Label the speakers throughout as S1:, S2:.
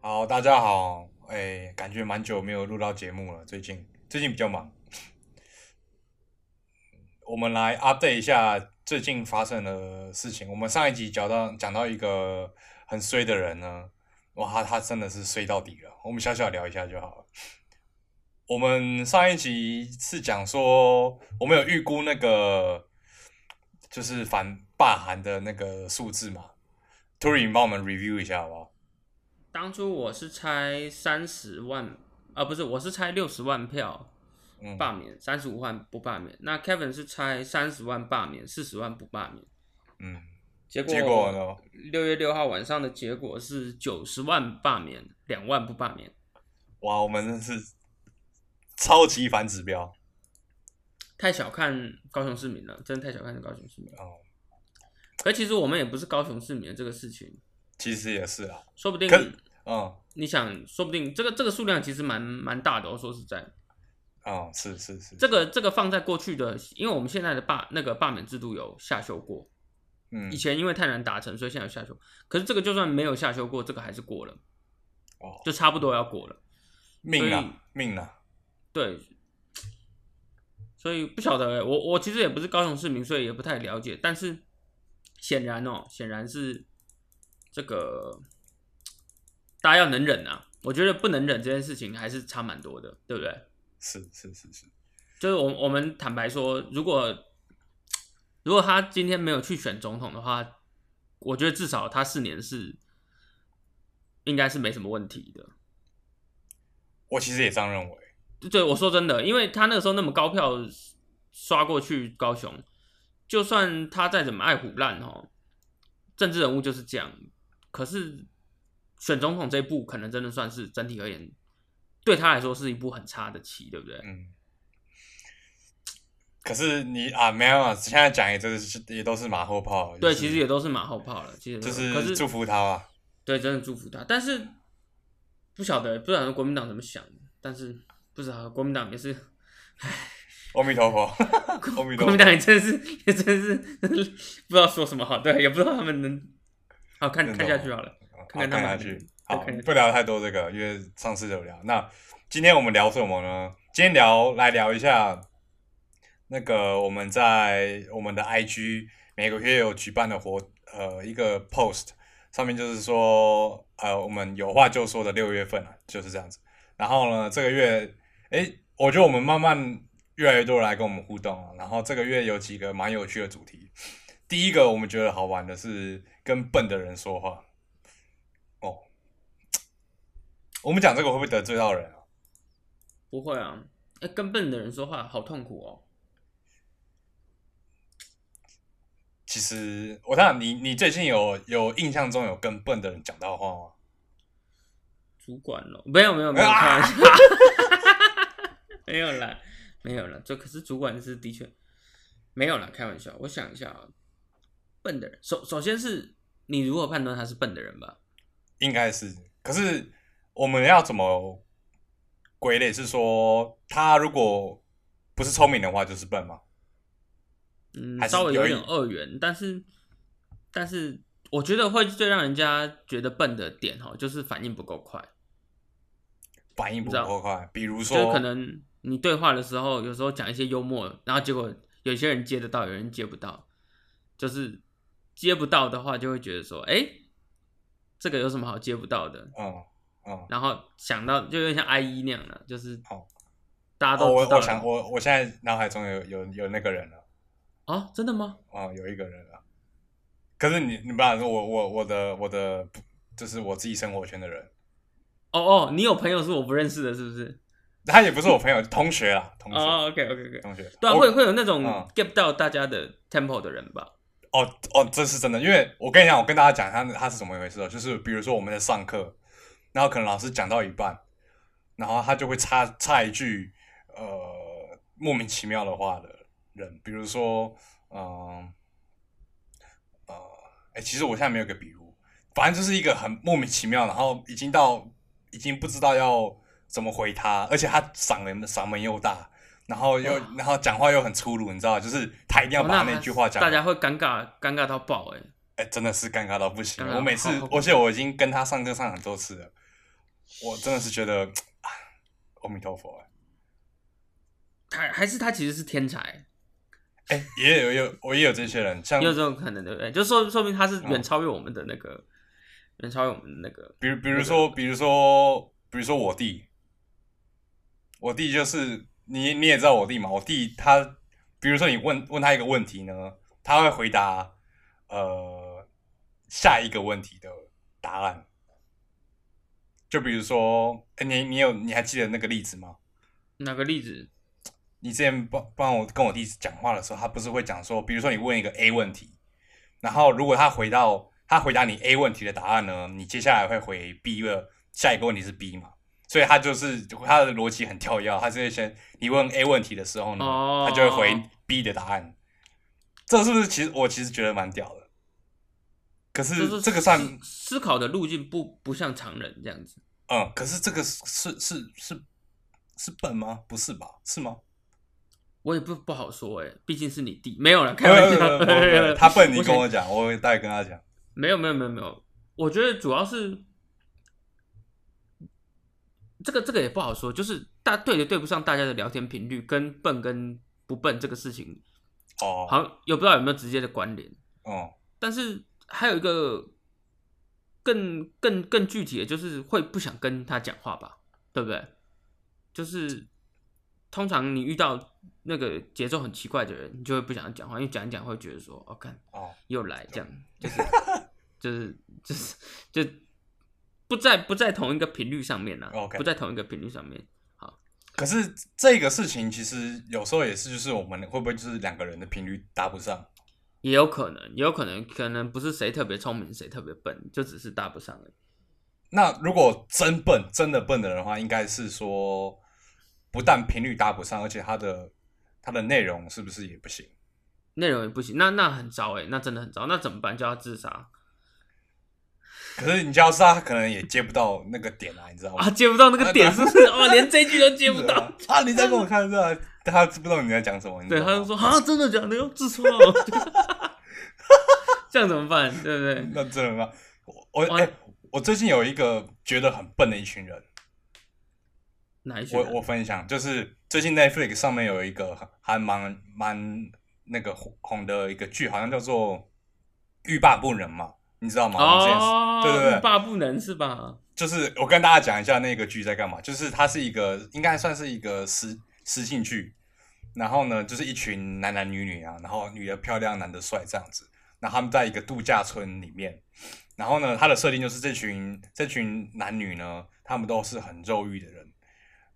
S1: 好，大家好，哎、感觉蛮久没有录到节目了，最近最近比较忙。 我们来 update 一下最近发生的事情。我们上一集讲到讲到一个很衰的人呢，哇，他他真的是衰到底了。我们小小聊一下就好了。我们上一集是讲说，我们有预估那个就是反霸韩的那个数字嘛？t u r i 帮我们 review 一下好不好？
S2: 当初我是猜三十万，啊，不是，我是猜六十万票
S1: 嗯，
S2: 罢免，三十五万不罢免。那 Kevin 是猜三十万罢免，四十万不罢免。
S1: 嗯，
S2: 结果
S1: 结果呢？
S2: 六月六号晚上的结果是九十万罢免，两万不罢免。
S1: 哇，我们真是超级反指标。
S2: 太小看高雄市民了，真的太小看高雄市民了。
S1: 哦，
S2: 可其实我们也不是高雄市民的这个事情，
S1: 其实也是啦。
S2: 说不定
S1: 可嗯
S2: 你想，说不定这个这个数量其实蛮蛮大的、哦。说实在，
S1: 嗯，是是是。
S2: 这个这个放在过去的，因为我们现在的罢那个罢免制度有下修过，
S1: 嗯
S2: 以前因为太难达成，所以现在有下修。可是这个就算没有下修过，这个还是过了，
S1: 哦，
S2: 就差不多要过了。
S1: 命
S2: 所以
S1: 啊命啊，
S2: 对，所以不晓得欸我我其实也不是高雄市民，所以也不太了解。但是显然哦，显然是这个大家要能忍啊。我觉得不能忍这件事情还是差蛮多的，对不对？
S1: 是是是是。
S2: 就是我我们坦白说，如果如果他今天没有去选总统的话，我觉得至少他四年是应该是没什么问题的。
S1: 我其实也这样认为。
S2: 对对，我说真的，因为他那个时候那么高票刷过去高雄，就算他再怎么爱胡烂哦，政治人物就是这样。可是选总统这一步，可能真的算是整体而言，对他来说是一步很差的棋，对不对？
S1: 嗯。可是你啊，没有啊，现在讲也真的是也都是马后炮。啊
S2: 对，
S1: 就是
S2: 其实也都是马后炮了。其实
S1: 就
S2: 可是
S1: 是祝福他啊吧。
S2: 对，真的祝福他。但是不晓得，不晓得国民党怎么想的，但是不知道国民党也是，
S1: 阿弥 陀佛， 阿弥陀
S2: 国民党
S1: 佛。
S2: 也真是也真是不知道说什么好，对，也不知道他们能好看
S1: 真的
S2: 看下去
S1: 哦
S2: 好了。
S1: 好
S2: 看看他
S1: 看
S2: 们
S1: 下
S2: 的
S1: 去
S2: 对。
S1: 好
S2: 看下，去
S1: 不聊太多这个，因为上次有聊。那今天我们聊什么呢？今天聊来聊一下那个我们在我们的 IG 每个月有举办的活，呃，一个 post 上面就是说，呃，我们有话就说的六月份啊，就是这样子。然后呢，这个月，诶，我觉得我们慢慢越来越多人来跟我们互动啊。然后这个月有几个蛮有趣的主题。第一个我们觉得好玩的是跟笨的人说话。哦，我们讲这个会不会得罪到人啊？
S2: 不会啊，哎，跟笨的人说话好痛苦哦。
S1: 其实我看你，你最近有有印象中有跟笨的人讲到话吗？
S2: 主管咯，没有没有没有，
S1: 啊
S2: 开玩笑， 没有啦，没有啦。这可是主管是的确没有啦，开玩笑。我想一下啊，笨的人，首首先是你如何判断他是笨的人吧？
S1: 应该是，可是我们要怎么归类？是说他如果不是聪明的话，就是笨吗？
S2: 嗯
S1: 还，是
S2: 稍微
S1: 有
S2: 有
S1: 一
S2: 点二元，但是但是我觉得会最让人家觉得笨的点哦，就是反应不够快，
S1: 反应不
S2: 你知
S1: 够
S2: 道
S1: 快，比如
S2: 就是
S1: 说，
S2: 可能你对话的时候，有时候讲一些幽默，然后结果有些人接得到，有人接不到，就是接不到的话，就会觉得说，哎、这个有什么好接不到的？
S1: 嗯嗯，
S2: 然后想到就有点像 I E 那样的，就是
S1: 哦
S2: 大家
S1: 哦，
S2: 都
S1: 我
S2: 知道
S1: 我
S2: 了
S1: 想我我现在脑海中有有有那个人了。
S2: 哦，真的吗？
S1: 啊、有一个人啊。可是你，你不然说我我我的我的就是我自己生活圈的人，
S2: 哦哦，你有朋友是我不认识的，是不是？
S1: 他也不是我 朋友，同学啦，同学，
S2: 哦，OK OK OK，
S1: 同学。
S2: 对啊，
S1: 我
S2: 会会有那种
S1: 嗯
S2: get 不到大家的 tempo 的人吧？
S1: 哦哦，这是真的，因为我跟你讲，我跟大家讲他他是怎么回事哦，就是比如说我们在上课，然后可能老师讲到一半，然后他就会插插一句呃莫名其妙的话的人，比如说嗯呃，哎、其实我现在没有个比如，反正就是一个很莫名其妙，然后已经到已经不知道要怎么回他，而且他嗓门嗓门又大。然后又，
S2: 哇
S1: 然后讲话又很粗鲁，你知道，就是他一定要
S2: 哦
S1: 把
S2: 还
S1: 那句话讲
S2: 大
S1: 完。
S2: 家会尴尬尴尬到爆哎、
S1: 哎、真的是尴尬到不行
S2: 尴尬。到
S1: 我每次
S2: 爆，
S1: 而且我已经跟他上课上很多次了，我真的是觉得，啊阿弥陀佛、啊，
S2: 他还是他其实是天才，
S1: 哎、也有也有我也有这些人，像
S2: 也有这种可能，对不对？就说说明他是远超越我们的那个，远超越我们的那个，
S1: 比如比如说比如说比如说我弟，我弟就是你你也知道我弟嘛，我弟他比如说你问问他一个问题呢，他会回答呃下一个问题的答案，就比如说，哎、你你有你还记得那个例子吗？
S2: 哪个例子？
S1: 你之前帮帮我跟我弟讲话的时候，他不是会讲说，比如说你问一个 A 问题，然后如果他回到他回答你 A 问题的答案呢，你接下来会回 B 的下一个问题是 B 嘛？所以他就是他的逻辑很跳跃，他是会先你问 A 问题的时候呢，
S2: 哦
S1: 他就会回 B 的答案。这是不是其实我其实觉得蛮屌的？可
S2: 就是是
S1: 这个算
S2: 思思考的路径不不像常人这样子，
S1: 嗯，可是这个是是是是是笨吗？不是吧？是吗？
S2: 我也不不好说哎、毕竟是你弟，没有了，开
S1: 没有
S2: 玩
S1: 没
S2: 笑
S1: 有没有没有，他笨，你
S2: 我
S1: 跟
S2: 想
S1: 我讲，我会再跟他讲。
S2: 没有没有没有没有，我觉得主要是这个这个也不好说，就是大对的对不上大家的聊天频率，跟笨跟不笨这个事情，
S1: 哦，
S2: 好像有不知道有没有直接的关联。
S1: 嗯，
S2: 但是还有一个更更更具体的，就是会不想跟他讲话吧，对不对？就是通常你遇到那个节奏很奇怪的人，你就会不想讲话，因为讲一讲会觉得说，哦，看
S1: 哦，
S2: 又来这样，就是就是就是就不在不在同一个频率上面啦、
S1: 哦 OK
S2: 不在同一个频率上面。
S1: 可是这个事情其实有时候也是，就是我们会不会就是两个人的频率搭不上？
S2: 也有可能，也有可能，可能不是谁特别聪明，谁特别笨，就只是搭不上而已。
S1: 那如果真笨、真的笨的人的话，应该是说不但频率搭不上，而且他的他的内容是不是也不行？
S2: 内容也不行，那那很糟哎、那真的很糟，那怎么办？就要自杀
S1: 可是你就要知道，他可能也接不到那个点啊，你知道吗？
S2: 啊！接不到那个点 是不是？哦，连这一句都接不到。
S1: 是啊！啊你在跟我看这，他知不知道你在讲什么？你知
S2: 对，
S1: 道
S2: 他就
S1: 吗
S2: 说啊，真的假的要自杀哦， 这样怎么办？对不对？
S1: 那真的吗？我我
S2: 哇
S1: 哎、我最近有一个觉得很笨的一群人，
S2: 哪一群
S1: 我
S2: 人？
S1: 我分享，就是最近 Netflix 上面有一个还蛮蛮那个红红的一个剧，好像叫做《欲罢不能》嘛，你知道吗？我们之前
S2: 哦，
S1: 对对对
S2: 欲罢不能是吧？
S1: 就是我跟大家讲一下那个剧在干嘛，就是它是一个应该算是一个实实境剧，然后呢就是一群男男女女啊，然后女的漂亮，男的帅这样子，然后他们在一个度假村里面，然后呢它的设定就是这群这群男女呢，他们都是很肉欲的人，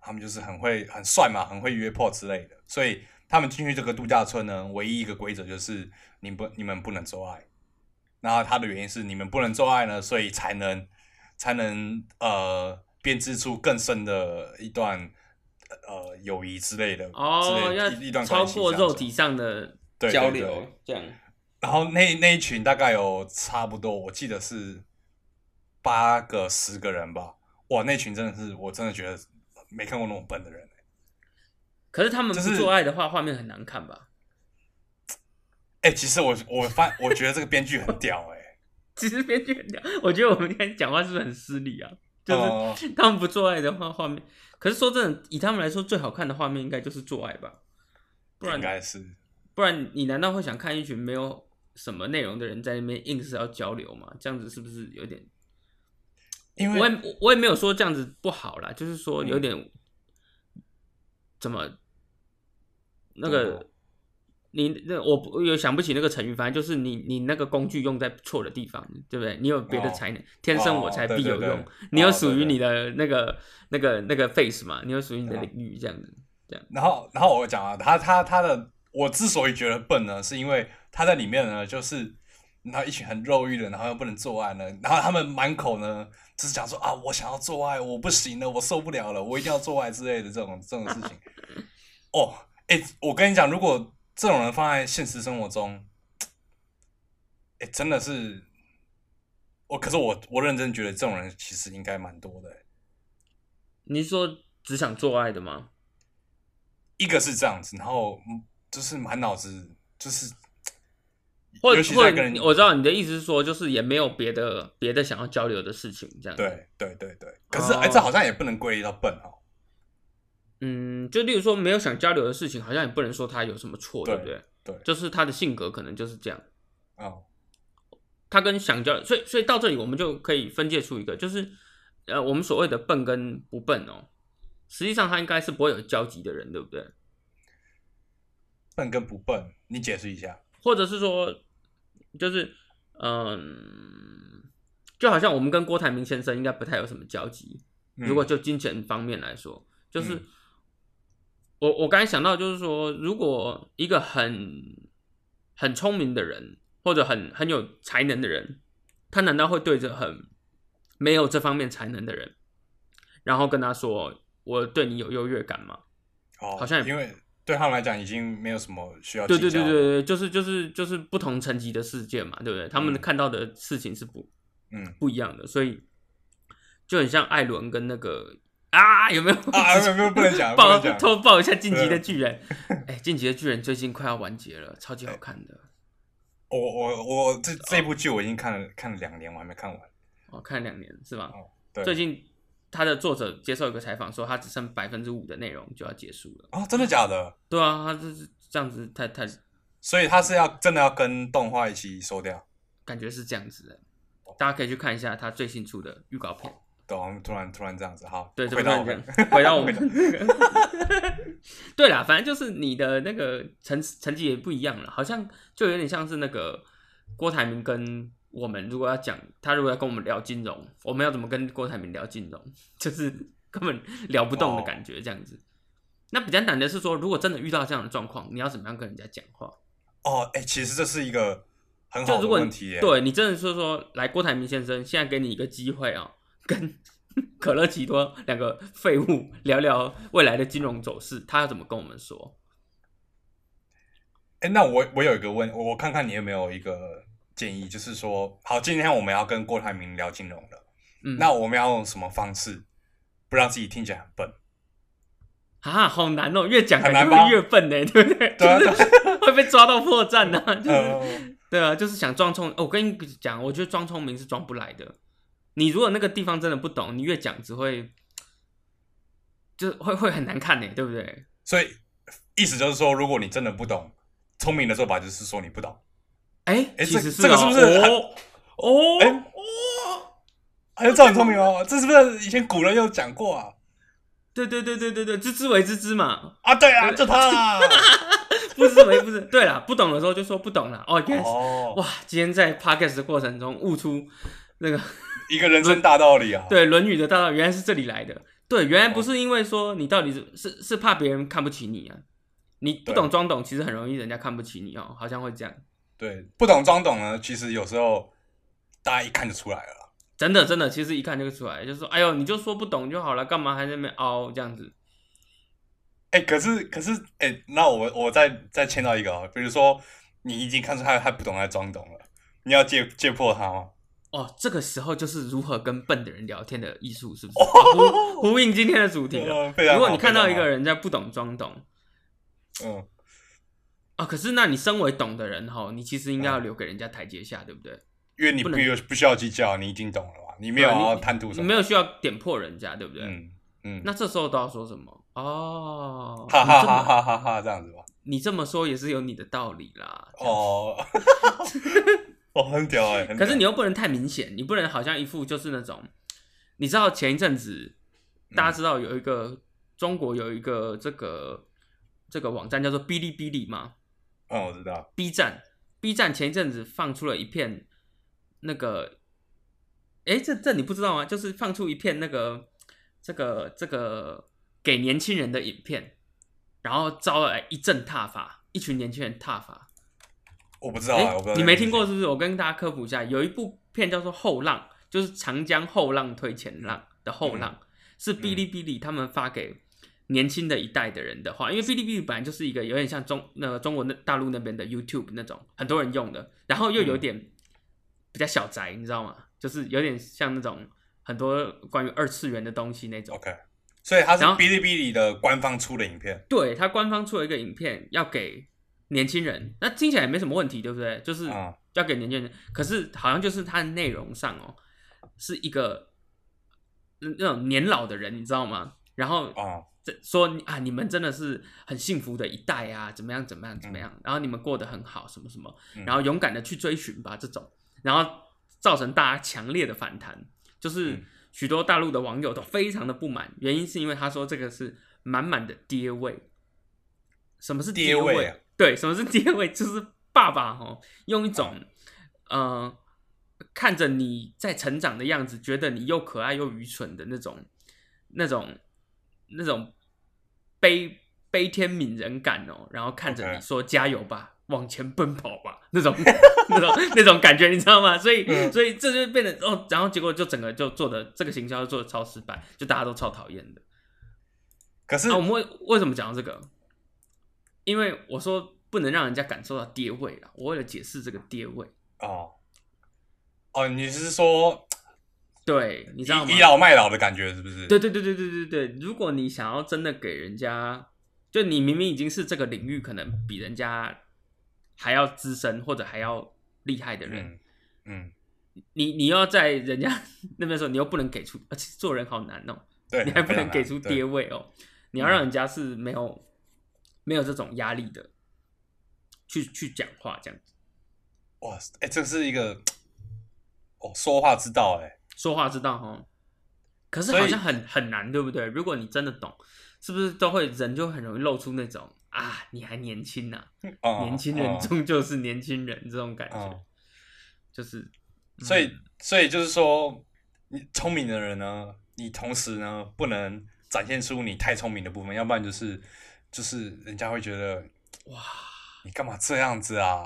S1: 他们就是很会很帅嘛，很会约炮之类的，所以他们进去这个度假村呢，唯一一个规则就是你不你们不能做爱，然后他的原因是你们不能做爱呢，所以才能才能呃编织出更深的一段呃友谊之类的
S2: 哦，
S1: 之类
S2: 要
S1: 的一一段
S2: 超
S1: 关系
S2: 过
S1: 这样
S2: 肉
S1: 子
S2: 体上的
S1: 对对
S2: 交
S1: 对
S2: 流，这样
S1: 然后那那一群大概有差不多，我记得是八个十个人吧。哇，那群真的是我真的觉得没看过那么笨的人。
S2: 可是他们
S1: 就
S2: 不
S1: 是
S2: 做爱的话，画面很难看吧？
S1: 哎、其实我我发我觉得这个编剧很屌哎、
S2: 其实编剧很屌，我觉得我们今天讲话是不是很失礼啊？ 就是
S1: 哦
S2: 他们不做爱的话，画面。可是说真的，以他们来说，最好看的画面应该就是做爱吧，不
S1: 应
S2: 然
S1: 该是
S2: 不然你难道会想看一群没有什么内容的人在那边硬是要交流吗？这样子是不是有点？
S1: 因
S2: 我
S1: 为嗯
S2: 也我也没有说这样子不好啦，就是说有点、怎么那
S1: 怎么
S2: 个。你那我不我有想不起那个成语，反正就是你你那个工具用在错的地方，对不对？你有别的
S1: 哦
S2: 才能，天生我
S1: 哦
S2: 材
S1: 对
S2: 必
S1: 对
S2: 有
S1: 对
S2: 用，你有
S1: 哦
S2: 属
S1: 对
S2: 于
S1: 对
S2: 你的那个、那个那个 face 嘛，你有属于你的
S1: 嗯
S2: 领域这样子。
S1: 然后然后我讲啊，他他他的我之所以觉得笨呢，是因为他在里面呢就是。然后一群很肉欲的，然后又不能做爱呢，然后他们满口呢，就是讲说啊，我想要做爱，我不行了，我受不了了，我一定要做爱之类的这种这种事情。哦，哎、我跟你讲，如果这种人放在现实生活中，哎、真的是，我可是我我认真觉得这种人其实应该蛮多的、欸
S2: 你是说只想做爱的吗？
S1: 一个是这样子，然后嗯就是满脑子就是
S2: 或
S1: 尤其在
S2: 或
S1: 跟人
S2: 我知道你的意思是说，就是也没有别的别的想要交流的事情，这样。，
S1: 对对对对，可是
S2: 哦
S1: 哎、这好像也不能归类到笨哦。
S2: 嗯，就例如说没有想交流的事情，好像也不能说他有什么错，
S1: 对
S2: 不对？
S1: 对
S2: 就是他的性格可能就是这样。
S1: 哦，
S2: 他跟想交，所以所以到这里我们就可以分界出一个，就是呃，我们所谓的笨跟不笨哦，实际上他应该是不会有交集的人，对不对？
S1: 笨跟不笨，你解释一下。
S2: 或者是说，就是嗯、就好像我们跟郭台铭先生应该不太有什么交集，
S1: 嗯
S2: 如果就金钱方面来说，就是、
S1: 嗯
S2: 我我刚才想到就是说，如果一个很很聪明的人或者很很有才能的人，他难道会对着很没有这方面才能的人，然后跟他说我对你有优越感吗？
S1: 哦，
S2: 好像也
S1: 因为对他们来讲已经没有什么需要
S2: 对
S1: 计
S2: 对对
S1: 较
S2: 对
S1: 了，
S2: 对，就是就是就是不同层级的事件嘛，对不对？他们
S1: 嗯
S2: 看到的事情是不
S1: 嗯
S2: 不一样的，所以就很像艾伦跟那个啊，有没有？
S1: 啊，没有没有不能讲，不
S2: 爆
S1: 能讲，
S2: 偷爆一下《晋级的巨人》 哎，《晋级的巨人》最近快要完结了，超级好看
S1: 嗯
S2: 的，
S1: 我我我
S2: 哦
S1: 这这部剧我已经看了看了两年，我还没看完。
S2: 我哦看了两年是吧？
S1: 哦对，
S2: 最近他的作者接受一个采访，说他只剩百分之五的内容就要结束了。
S1: 啊、真的假的？
S2: 对啊，他就是这样子，太太
S1: 所以他是要真的要跟动画一起收掉，
S2: 感觉是这样子的，
S1: 哦
S2: 大家可以去看一下他最新出的预告片。
S1: 对，我们突然突然这样子，好，
S2: 对，
S1: 回
S2: 回
S1: 到
S2: 到
S1: 我
S2: 我
S1: 们
S2: 们， 回到我们那个。对啦，反正就是你的那个成成绩也不一样了，好像就有点像是那个郭台铭跟我们，如果要讲他如果要跟我们聊金融，我们要怎么跟郭台铭聊金融， 就是根本聊不动的感觉这样子。那比较难的是说，如果真的遇到这样的状况，你要怎么样跟人家讲话？
S1: 哦，哎、其实这是一个很好
S2: 就
S1: 的
S2: 如果
S1: 问
S2: 你
S1: 题耶，
S2: 对你真的是说，来郭台铭先生，现在给你一个机会啊、 跟可乐奇多两个废物聊聊未来的金融走势，他要怎么跟我们说？
S1: 哎、那我我有一个问，我看看你有没有一个建议，就是说，好，今天我们要跟郭台铭聊金融了，
S2: 嗯，
S1: 那我们要用什么方式不让自己听起来很笨？
S2: 啊，好难哦，越讲
S1: 很
S2: 感
S1: 难
S2: 觉
S1: 吧
S2: 会越笨呢，对不对？
S1: 对啊
S2: 就是 会被抓到破绽呢、 啊，就是、
S1: 呃，
S2: 对啊，就是想装聪、哦我跟你讲，我觉得装聪明是装不来的。你如果那个地方真的不懂，你越讲只会，就是会会很难看呢，对不对？
S1: 所以意思就是说，如果你真的不懂，聪明的做法就是说你不懂。
S2: 哎、
S1: 哎
S2: 其
S1: 这
S2: 实
S1: 这个
S2: 哦
S1: 是不是很
S2: 哦哦
S1: 哎
S2: 哦
S1: 哎、这很聪明哦，这是不是以前古人有讲过啊？
S2: 对对对对对对，知之为知之嘛，
S1: 啊，对啊，就他啦。
S2: 不知为不知。对啦，不懂的时候就说不懂啦。哦、原来是
S1: 哦，
S2: 哇，今天在 podcast 的过程中悟出那个
S1: 一个人生大道理啊。
S2: 对《论语》的大道，原来是这里来的。对，原来不是因为说你到底是是是怕别人看不起你啊，你不懂装懂，其实很容易人家看不起你哦，好像会这样。
S1: 对，不懂装懂呢，其实有时候大家一看就出来了啦。
S2: 真的真的，其实一看就出来，就是说，哎呦，你就说不懂就好了，干嘛还在那边凹这样子？
S1: 哎、可是可是哎、那我我再再签到一个啊，比如说你已经看出他他不懂，他装懂了，你要借借破他吗？
S2: 哦，这个时候就是如何跟笨的人聊天的艺术，是不是？呼呼应今天的主题了。
S1: 呃非常好
S2: 啊如果你看到
S1: 非
S2: 一
S1: 常好
S2: 个人在不懂装懂
S1: 嗯，
S2: 啊、可是那你身为懂的人哈，你其实应该要
S1: 嗯
S2: 留给人家台阶下，对不对？
S1: 因为你
S2: 不
S1: 不
S2: 能
S1: 有不需要计较，你已经懂了嘛，你没有
S2: 对啊
S1: 要
S2: 你
S1: 贪图什
S2: 你
S1: 么。
S2: 没有需要点破人家，对不对？
S1: 嗯嗯，
S2: 那这时候都要说什么？哦，
S1: 哈哈哈
S2: 你这么
S1: 哈哈哈，这样子吧。
S2: 你这么说也是有你的道理啦。
S1: 哦， 哦，很屌哎、很
S2: 可是
S1: 屌
S2: 你又不能太明显，你不能好像一副就是那种，你知道前一阵子
S1: 嗯
S2: 大家知道有一个、中国有一个这个这个网站叫做哔哩哔哩嘛
S1: 嗯，我知道。
S2: ，B 站，B 站前一阵子放出了一片那个，哎、这这你不知道吗？就是放出一片那个这个这个给年轻人的影片，然后招来一阵挞伐，一群年轻人挞伐。
S1: 我不知道
S2: 哎、
S1: 啊，我不知道
S2: 你
S1: 这
S2: 没
S1: 个事
S2: 听过
S1: 情
S2: 是不是？我跟大家科普一下，有一部片叫做《后浪》，就是长江后浪推前浪的后浪，
S1: 嗯
S2: 是哔哩哔哩他们发给年轻的一代的人的话，因为哔哩哔哩本来就是一个有点像中那个中国那大陆那边的 YouTube 那种很多人用的，然后又有点比较小宅，你知道吗？就是有点像那种很多关于二次元的东西那种。
S1: OK，所以它是
S2: 然后
S1: 哔哩哔哩的官方出的影片。
S2: 对他官方出了一个影片，要给年轻人，那听起来也没什么问题，对不对？就是
S1: 嗯
S2: 要给年轻人，可是好像就是它的内容上哦，是一个嗯那种年老的人，你知道吗？然后
S1: 啊
S2: 这说你啊，你们真的是很幸福的一代啊，怎么样怎么样怎么样，然后你们过得很好，什么什么，
S1: 嗯
S2: 然后勇敢的去追寻吧，这种，然后造成大家强烈的反弹，就是
S1: 嗯
S2: 许多大陆的网友都非常的不满，原因是因为他说这个是满满的爹味。什么是
S1: 爹
S2: 味？
S1: 味啊
S2: 对，什么是爹味？就是爸爸哦，用一
S1: 啊
S2: 种呃看着你在成长的样子，觉得你又可爱又愚蠢的那种、那种、那种悲悲天悯人感哦，然后看着
S1: OK
S2: 你说加油吧，往前奔跑吧，那种那种那种感觉，你知道吗？所以
S1: 嗯
S2: 所以这就变得哦，然后结果就整个就做的这个行销就做的超失败，就大家都超讨厌的。
S1: 可是
S2: 啊，我们为为什么讲到这个？因为我说不能让人家感受到爹味了，我为了解释这个爹味，
S1: 哦哦，你是说
S2: 对，你知道吗
S1: 倚？倚老卖老的感觉是不嗯是？
S2: 对对对对对对对，如果你想要真的给人家，就你明明已经是这个领域可能比人家还要资深或者还要厉害的人，
S1: 嗯嗯，
S2: 你你要在人家那边说，你又不能给出，而且做人好难 哦、
S1: 对，
S2: 你还不
S1: 非常
S2: 能给
S1: 难
S2: 出
S1: 对嗯
S2: 爹位哦、你要让人家是没有没有这种压力的，去去讲话这样子，
S1: 哇，哎、这是一个哦，说话之道哎、
S2: 说话之道哦哈。可是
S1: 所以
S2: 好像很很难，对不对？如果你真的懂，是不是都会人就很容易露出那种啊，你还年轻呐、啊
S1: 嗯
S2: 年轻人
S1: 嗯
S2: 终究是年轻人这种感觉，
S1: 嗯
S2: 就是，嗯
S1: 所以所以就是说，你聪明的人呢，你同时呢不能展现出你太聪明的部分，要不然就是就是人家会觉得
S2: 哇
S1: 你干嘛这样子啊？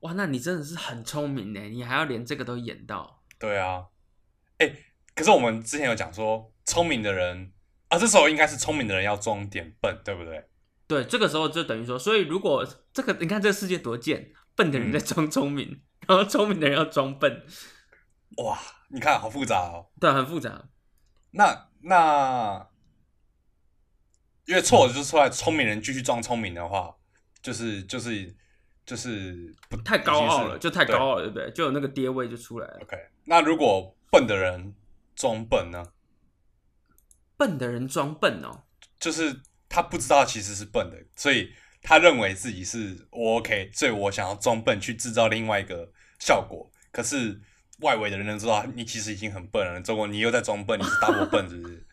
S2: 哇，那你真的是很聪明呢，你还要连这个都演到，
S1: 对啊，哎、可是我们之前有讲说，聪明的人啊，这时候应该是聪明的人要装点笨，对不对？
S2: 对，这个时候就等于说，所以如果这个你看这个世界多贱，笨
S1: 嗯
S2: 的人在装聪明， 然后聪明的人要装笨，
S1: 哇，你看好复杂哦。
S2: 对，很复杂，
S1: 那那，因为错就是出来，聪明人继续装聪明的话，就是就是就是不
S2: 太高傲了，
S1: 已经
S2: 就是太高
S1: 对
S2: 傲了，对不对？就有那个爹位就出来了，
S1: OK，那如果笨的人装笨呢？
S2: 笨的人装笨哦，
S1: 就是他不知道其实是笨的，所以他认为自己是我 OK，所以我想要装笨去制造另外一个效果。可是外围的人都知道你其实已经很笨了，结果你又在装笨，你是 double 笨是不是？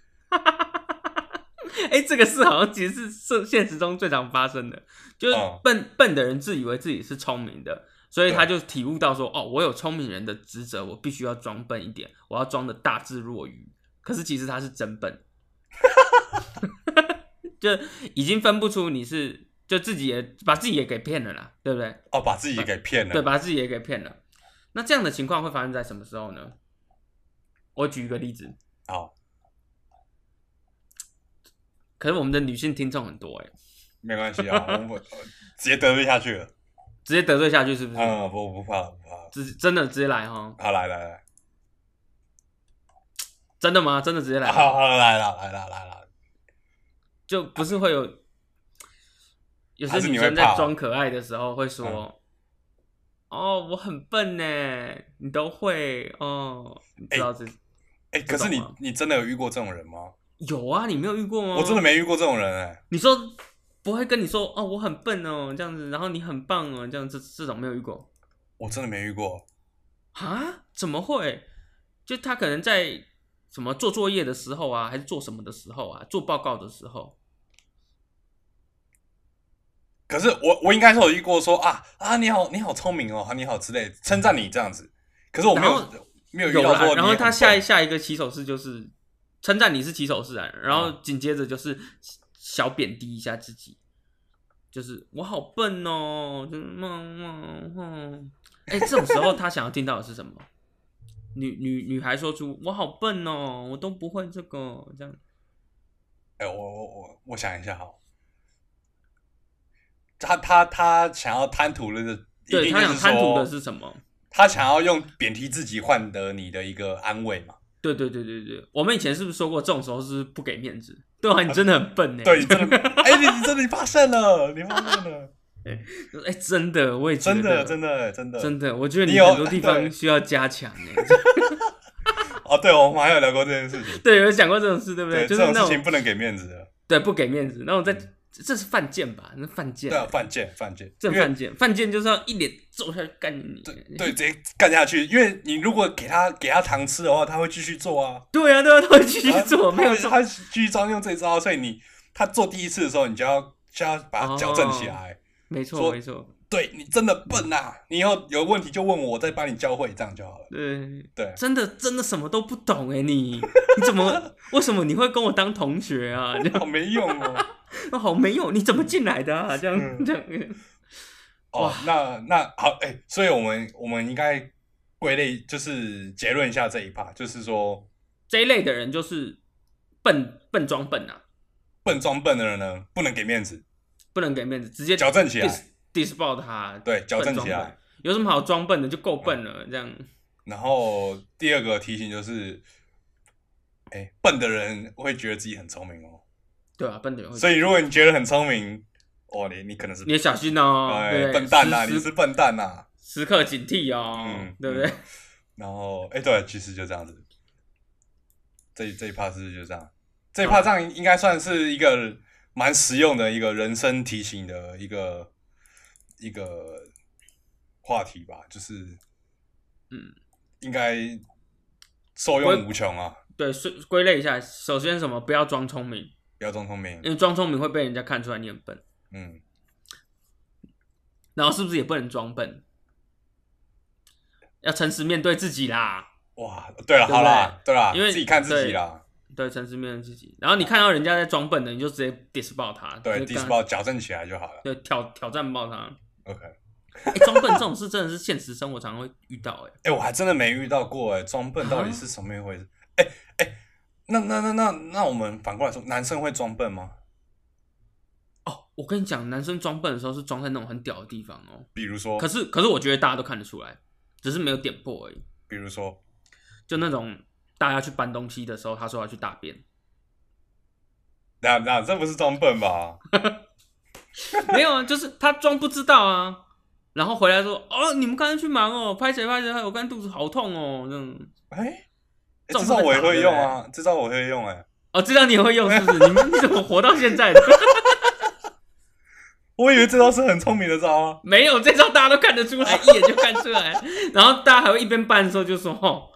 S2: 哎，这个事好像其实是是现实中最常发生的，就是
S1: 嗯
S2: 笨、笨的人自以为自己是聪明的，所以
S1: 对
S2: 他就体悟到说，哦，我有聪明人的职责，我必须要装笨一点，我要装的大智若愚。可是其实他是真笨，就已经分不出你是就自己也把自己也给骗了啦，对不对？
S1: 哦，把自己给骗了。
S2: 对，把自己也给骗了。那这样的情况会发生在什么时候呢？我举一个例子，
S1: 好，
S2: 可是我们的女性听众很多哎、
S1: 没关系啊，我们直接得罪下去了。
S2: 直接得罪下去是不是？
S1: 嗯，不不怕了，不怕了。
S2: 直真的直接来哈，
S1: 好，来来来，
S2: 真的吗？真的直接来，
S1: 好好来了来了来了，
S2: 就不是会有有些
S1: 还是
S2: 女
S1: 你会
S2: 生在
S1: 怕哦嗯
S2: 装可爱的时候会说：“哦，我很笨呢，你都会哦。”你知道这、
S1: 哎、可是
S2: 这
S1: 你
S2: 种吗
S1: 你真的有遇过这种人吗？
S2: 有啊？你没有遇过吗？
S1: 我真的没遇过这种人哎、
S2: 你说不会跟你说哦，我很笨哦，这样子，然后你很棒哦，这样这这种没有遇过
S1: 我真的没遇过。
S2: 啊？怎么会？就他可能在什么做作业的时候啊，还是做什么的时候啊，做报告的时候，
S1: 可是我我应该是有遇过说啊啊你好你好聪明哦，啊你好之类称赞你这样子。可是我没
S2: 然
S1: 有
S2: 后
S1: 没有遇
S2: 有
S1: 到
S2: 啦
S1: 说，
S2: 然后
S1: 你
S2: 他
S1: 很
S2: 下一
S1: 笨
S2: 下一个起手式就是称赞你是起手式啊，然
S1: 嗯
S2: 后紧接着就是小贬低一下自己，就是我好笨哦，就是嗯嗯嗯，哎、这种时候他想要听到的是什么？ 女女女孩说出“我好笨哦，我都不会这个”这样，
S1: 哎、我我我我想一下哈，他他他想要贪图的是，一
S2: 对
S1: 定
S2: 他
S1: 就
S2: 想
S1: 是
S2: 贪图
S1: 说
S2: 的是什么？
S1: 他想要用贬低自己换得你的一个安慰嘛？
S2: 对对对对对，我们以前是不是说过这种时候是
S1: 啊
S2: 不给面子？对啊，你真的很笨呢、
S1: 对，你真的，哎、你你真的你发现了，你发现了，
S2: 哎、真的，我也觉
S1: 真
S2: 得
S1: 的，真的，真的，
S2: 真的，我觉得
S1: 你
S2: 你
S1: 有
S2: 很多地
S1: 对
S2: 方需要加强哎。
S1: 哦，对，我们还有聊过这件事情，
S2: 对，有讲过这种事，对不
S1: 对，这
S2: 就是
S1: 种
S2: 那
S1: 事
S2: 种
S1: 情不能给面子的，
S2: 对不给面子，那种在这是犯贱吧？那犯贱
S1: 对，啊，犯贱，犯贱，
S2: 正
S1: 因为
S2: 犯贱，犯贱就是要一脸揍下去干你。对
S1: 对，直接干下去，因为你如果给他给他糖吃的话，他会继续做啊，
S2: 啊，对啊，他会继续做，
S1: 他
S2: 没有
S1: 他
S2: 错。
S1: 他继续专用这招，所以你他做第一次的时候，你就要就要把他矫正起
S2: 哦
S1: 来。
S2: 没
S1: 说
S2: 错，没错，
S1: 对你真的笨呐、你以后有问题就问我，我再帮你教会，这样就好了。
S2: 对，
S1: 对，
S2: 真的真的什么都不懂哎、你 你怎么为什么你会跟我当同学啊？ 这
S1: 好没用哦。
S2: 样好没有，你怎么进来的啊？这
S1: 嗯
S2: 样这样，
S1: 哦
S2: 哇，
S1: 那那好，哎、所以我们我们应该归类，就是结论一下这一趴，就是说
S2: 这一类的人就是笨笨装笨啊，
S1: 笨装笨的人呢，不能给面子，
S2: 不能给面子，直接
S1: 矫正起来
S2: dis dis 爆他，啊
S1: 对，矫正
S2: 笨
S1: 起
S2: 装
S1: 来
S2: 笨。有什么好装笨的？就够笨了，这样。
S1: 然后第二个提醒就是，哎、笨的人会觉得自己很聪明哦，
S2: 对啊，笨的人会。
S1: 所以如果你觉得很聪明，哦，你你可能是
S2: 你也小心哦，对
S1: 哎、
S2: 不对
S1: 笨蛋呐、
S2: 时
S1: 你
S2: 时
S1: 是笨蛋呐、啊
S2: 时刻警惕哦，
S1: 嗯
S2: 对不对？
S1: 然后，哎、对，其实就这样子。这一这一趴是不是就这样？这一
S2: 啊
S1: 趴这样应该算是一个蛮实用的一个人生提醒的一个一个话题吧，就是
S2: 嗯，
S1: 应该受用无穷啊！
S2: 对，所以归类一下，首先什么不要装聪明，
S1: 不要装聪明
S2: 因，为装聪明会被人家看出来你很笨，
S1: 嗯，
S2: 然后是不是也不能装笨？要诚实面对自己啦，
S1: 哇，对了，
S2: 对不
S1: 好啦，对啦，
S2: 因为
S1: 自己看自己啦，
S2: 对，诚实面对自己。然后你看到人家在装笨的，你就直接 dis 爆他，
S1: 对
S2: 直接
S1: d i
S2: 跟
S1: s
S2: 他
S1: b a 矫正起来就好了。
S2: 对挑挑战爆他。
S1: OK，
S2: 哎，装笨这种事真的是现实生活常会遇到，哎，
S1: 哎、我还真的没遇到过哎、装笨
S2: 啊
S1: 到底是什么一回事？哎哎、那那那那那我们反过来说，男生会装笨吗？
S2: 哦，我跟你讲，男生装笨的时候是装在那种很屌的地方哦，
S1: 比如说
S2: 可，是可是我觉得大家都看得出来，只是没有点破而已。
S1: 比如说，
S2: 就那种大家去搬东西的时候，他说要去大便，
S1: 那那这不是装笨吧？
S2: 没有啊，就是他装不知道啊，然后回来说哦，你们刚才去忙哦，拍谁拍谁，我刚才肚子好痛哦，这种
S1: 哎、
S2: 这
S1: 这
S2: 种
S1: 招我也会用
S2: 会
S1: 啊，这招我会用哎、
S2: 哦，这招你也会用是 不是？你们你怎么活到现在的？
S1: 我以为这招是很聪明的招啊。
S2: 没有这招大家都看得出哎来，一眼就看出来， 然后大家还会一边搬的时候就说哦，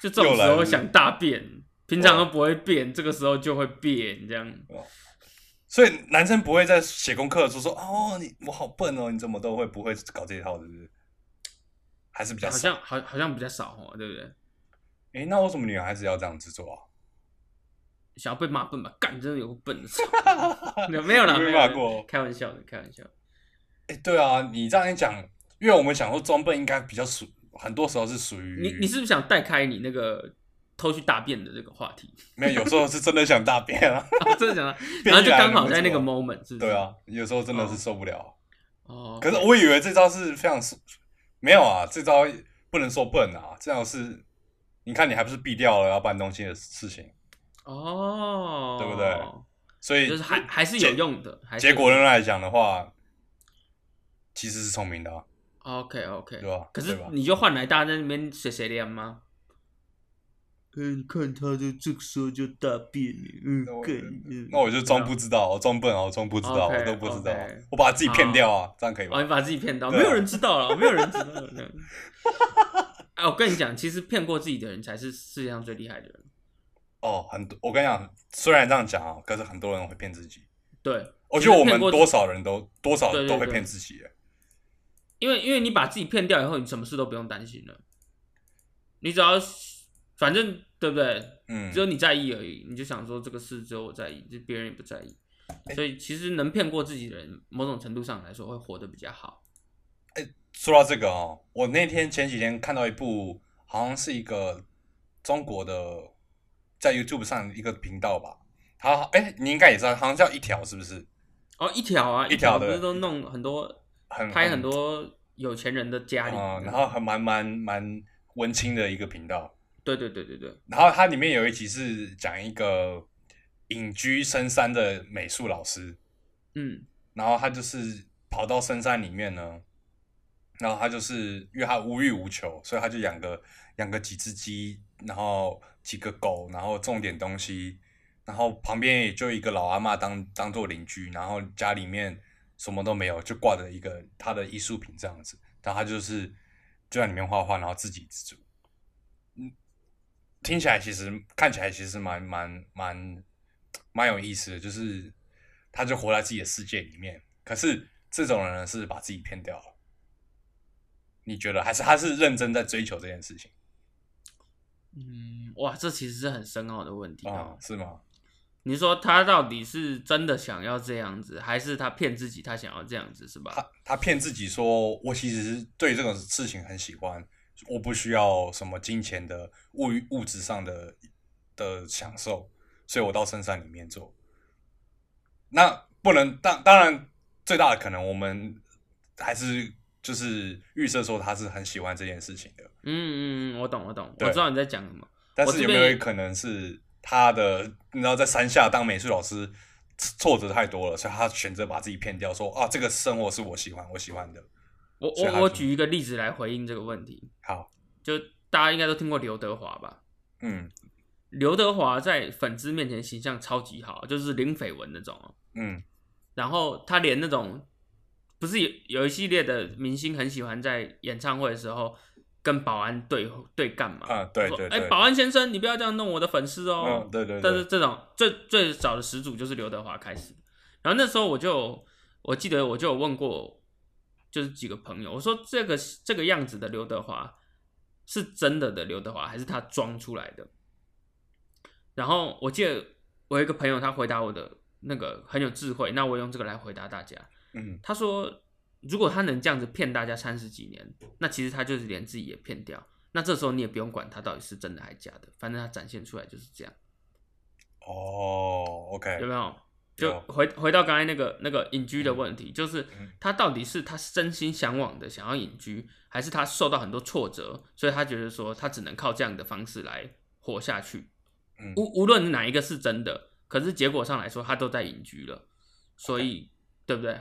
S2: 就这种
S1: 又
S2: 时
S1: 来
S2: 候
S1: 了
S2: 想大便。平常都不会变，这个时候就会变，这样
S1: 所以男生不会在写功课的时候说：“哦，你我好笨哦，你怎么都会不会搞这一套，是不是？”还是比较
S2: 好
S1: 少。
S2: 像好好像比较少哦，对不对？
S1: 哎、那为什么女孩子要这样子做啊？
S2: 想要被骂笨吧？干，真的有个笨 的，操没有没有啦，
S1: 你
S2: 没
S1: 被
S2: 有
S1: 骂
S2: 啦
S1: 过
S2: 开玩笑的，开玩笑的。
S1: 哎、对啊，你这样一讲，因为我们想说装笨应该比较属，很多时候是属于
S2: 你你是不是想带开你那个偷去大便的这个话题？
S1: 没有，有时候是真的想大便啊。
S2: 哦真 的假的？
S1: 便
S2: 然后
S1: 意
S2: 就
S1: 来
S2: 刚
S1: 了
S2: 好
S1: 没
S2: 在那
S1: 错
S2: 个 moment，是不是？嗯
S1: 对，啊，有时候真的是受不了。
S2: 哦，
S1: 可是我以为这招是非常没有啊，这招不能说笨啊，这招是你看你还不是避掉了要搬东西的事情，
S2: 哦，
S1: 对不对？所以
S2: 就是还还是有用的，还是
S1: 结
S2: 有
S1: 果论来讲的话，其实是聪明的、啊，
S2: OK OK，
S1: 对吧
S2: 可
S1: 对
S2: 是
S1: 吧
S2: 你就换来大家在那边谁谁连吗？嗯，你看他就这个时候就大便了，嗯
S1: 那我，
S2: 干
S1: 那我就
S2: 啊
S1: 装不知道，我装笨啊，我装不知道
S2: OK，
S1: 我都不知道
S2: OK
S1: 我把自己骗掉啊，这样可以
S2: 哦，你
S1: 吗？
S2: 把自己骗到，
S1: 对啊
S2: 没有人知 道了，没有人知道了。那哎，我跟你讲，其实骗过自己的人才是世界上最厉害的人。
S1: 哦，很多，我跟你讲，虽然这样讲啊，可是很多人会骗自己。
S2: 对，
S1: 我觉得我们
S2: 其实骗过
S1: 多少人都多少
S2: 对对
S1: 都会
S2: 对
S1: 骗自己耶，
S2: 因为因为你把自己骗掉以后，你什么事都不用担心了。你只要反正对不对？
S1: 嗯，
S2: 只有你在意而已，你就想说这个事只有我在意，就别人也不在意。
S1: 哎
S2: 所以其实能骗过自己的人，某种程度上来说会活得比较好。
S1: 说到这个哦，我那天前几天看到一部，好像是一个中国的，在 YouTube 上一个频道吧。好，哎，你应该也知道，好像叫一条，是不是？
S2: 哦，一条啊，
S1: 一
S2: 一
S1: 条
S2: 不
S1: 对
S2: 是都弄很多
S1: 很嗯
S2: 拍很多有钱人的家里，
S1: 嗯，然后还蛮蛮蛮文青的一个频道。
S2: 对对对对对，
S1: 然后它里面有一集是讲一个隐居深山的美术老师，
S2: 嗯
S1: 然后他就是跑到深山里面呢，然后他就是因为他无欲无求，所以他就养个养个几只鸡，然后几个狗，然后种点东西，然后旁边也就一个老阿嬷当当做邻居，然后家里面什么都没有，就挂着一个他的艺术品这样子，然后他就是就在里面画画，然后自给自足。听起来其实看起来其实蛮蛮蛮蛮有意思的，就是他就活在自己的世界里面。可是这种人呢是把自己骗掉了，你觉得还是他是认真在追求这件事情
S2: 嗯，哇，这其实是很深奥的问题
S1: 啊、
S2: 哦。
S1: 是吗？
S2: 你说他到底是真的想要这样子，还是他骗自己他想要这样子，是吧？
S1: 他他骗自己说，我其实是对这种事情很喜欢，我不需要什么金钱的物欲物质上的的享受，所以我到深山里面做。那不能当当然最大的可能，我们还是就是预设说他是很喜欢这件事情的，
S2: 嗯嗯嗯，我懂我懂，我
S1: 对
S2: 知道你在讲什么。
S1: 但
S2: 我
S1: 是
S2: 这
S1: 有没
S2: 边
S1: 有
S2: 也
S1: 可能是他的，你知道，在山下当美术老师挫折太多了，所以他选择把自己骗掉，说啊，这个生活是我喜欢，我喜欢的。
S2: 我
S1: 所以他
S2: 我我
S1: 就
S2: 举一个例子来回应这个问题，
S1: 好，
S2: 就大家应该都听过刘德华吧？
S1: 嗯
S2: 刘德华在粉丝面前形象超级好，就是零绯闻那种哦。
S1: 嗯
S2: 然后他连那种不是有有一系列的明星很喜欢在演唱会的时候跟保安对对干嘛？
S1: 啊，对
S2: 说
S1: 对
S2: 哎、
S1: 对，
S2: 保安先生，你不要这样弄我的粉丝哦。
S1: 嗯对对
S2: 但是
S1: 对，
S2: 这种最最早的始祖就是刘德华开始，然后那时候我就我记得我就有问过，就是几个朋友，我说这个这个样子的刘德华是真的的刘德华，还是他装出来的？然后我记得我有一个朋友，他回答我的那个很有智慧，那我用这个来回答大家。
S1: 嗯
S2: 他说，如果他能这样子骗大家三十几年，那其实他就是连自己也骗掉。那这时候你也不用管他到底是真的还假的，反正他展现出来就是这样。
S1: 哦
S2: 有
S1: ，OK，
S2: 没有？
S1: 有
S2: 就回回到刚才那个那个隐居的问题，就是
S1: 嗯
S2: 他到底是他真心向往的想要隐居，还是他受到很多挫折，所以他觉得说他只能靠这样的方式来活下去。
S1: 嗯
S2: 无无论哪一个是真的，可是结果上来说他都在隐居了，所以对不对？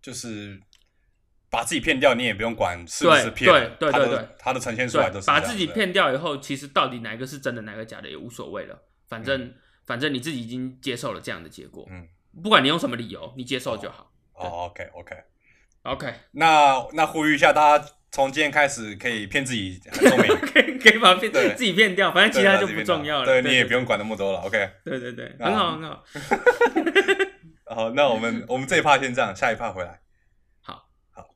S1: 就是把自己骗掉，你也不用管是不是
S2: 对
S1: 骗了，
S2: 对对
S1: 他
S2: 对
S1: 的
S2: 对
S1: 他的呈现出来都
S2: 对，
S1: 是
S2: 把
S1: 这样啊
S2: 自己
S1: 的
S2: 骗掉以后，其实到底哪一个是真的，哪个假的也无所谓了，反正、反正你自己已经接受了这样的结果，
S1: 嗯，
S2: 不管你用什么理由，你接受就好。
S1: 哦，OK OK。哦
S2: OK，
S1: 那那呼吁一下大家，从今天开始可以骗自己很聪明，
S2: 可以可以把骗
S1: 对
S2: 自己骗掉，反 正其他就不重要了。
S1: 对你也不用管那么多了，OK。
S2: 对。对对对，
S1: 啊
S2: 很好很好。
S1: 好，那我们我们这一趴先这样，下一趴回来。
S2: 好，
S1: 好，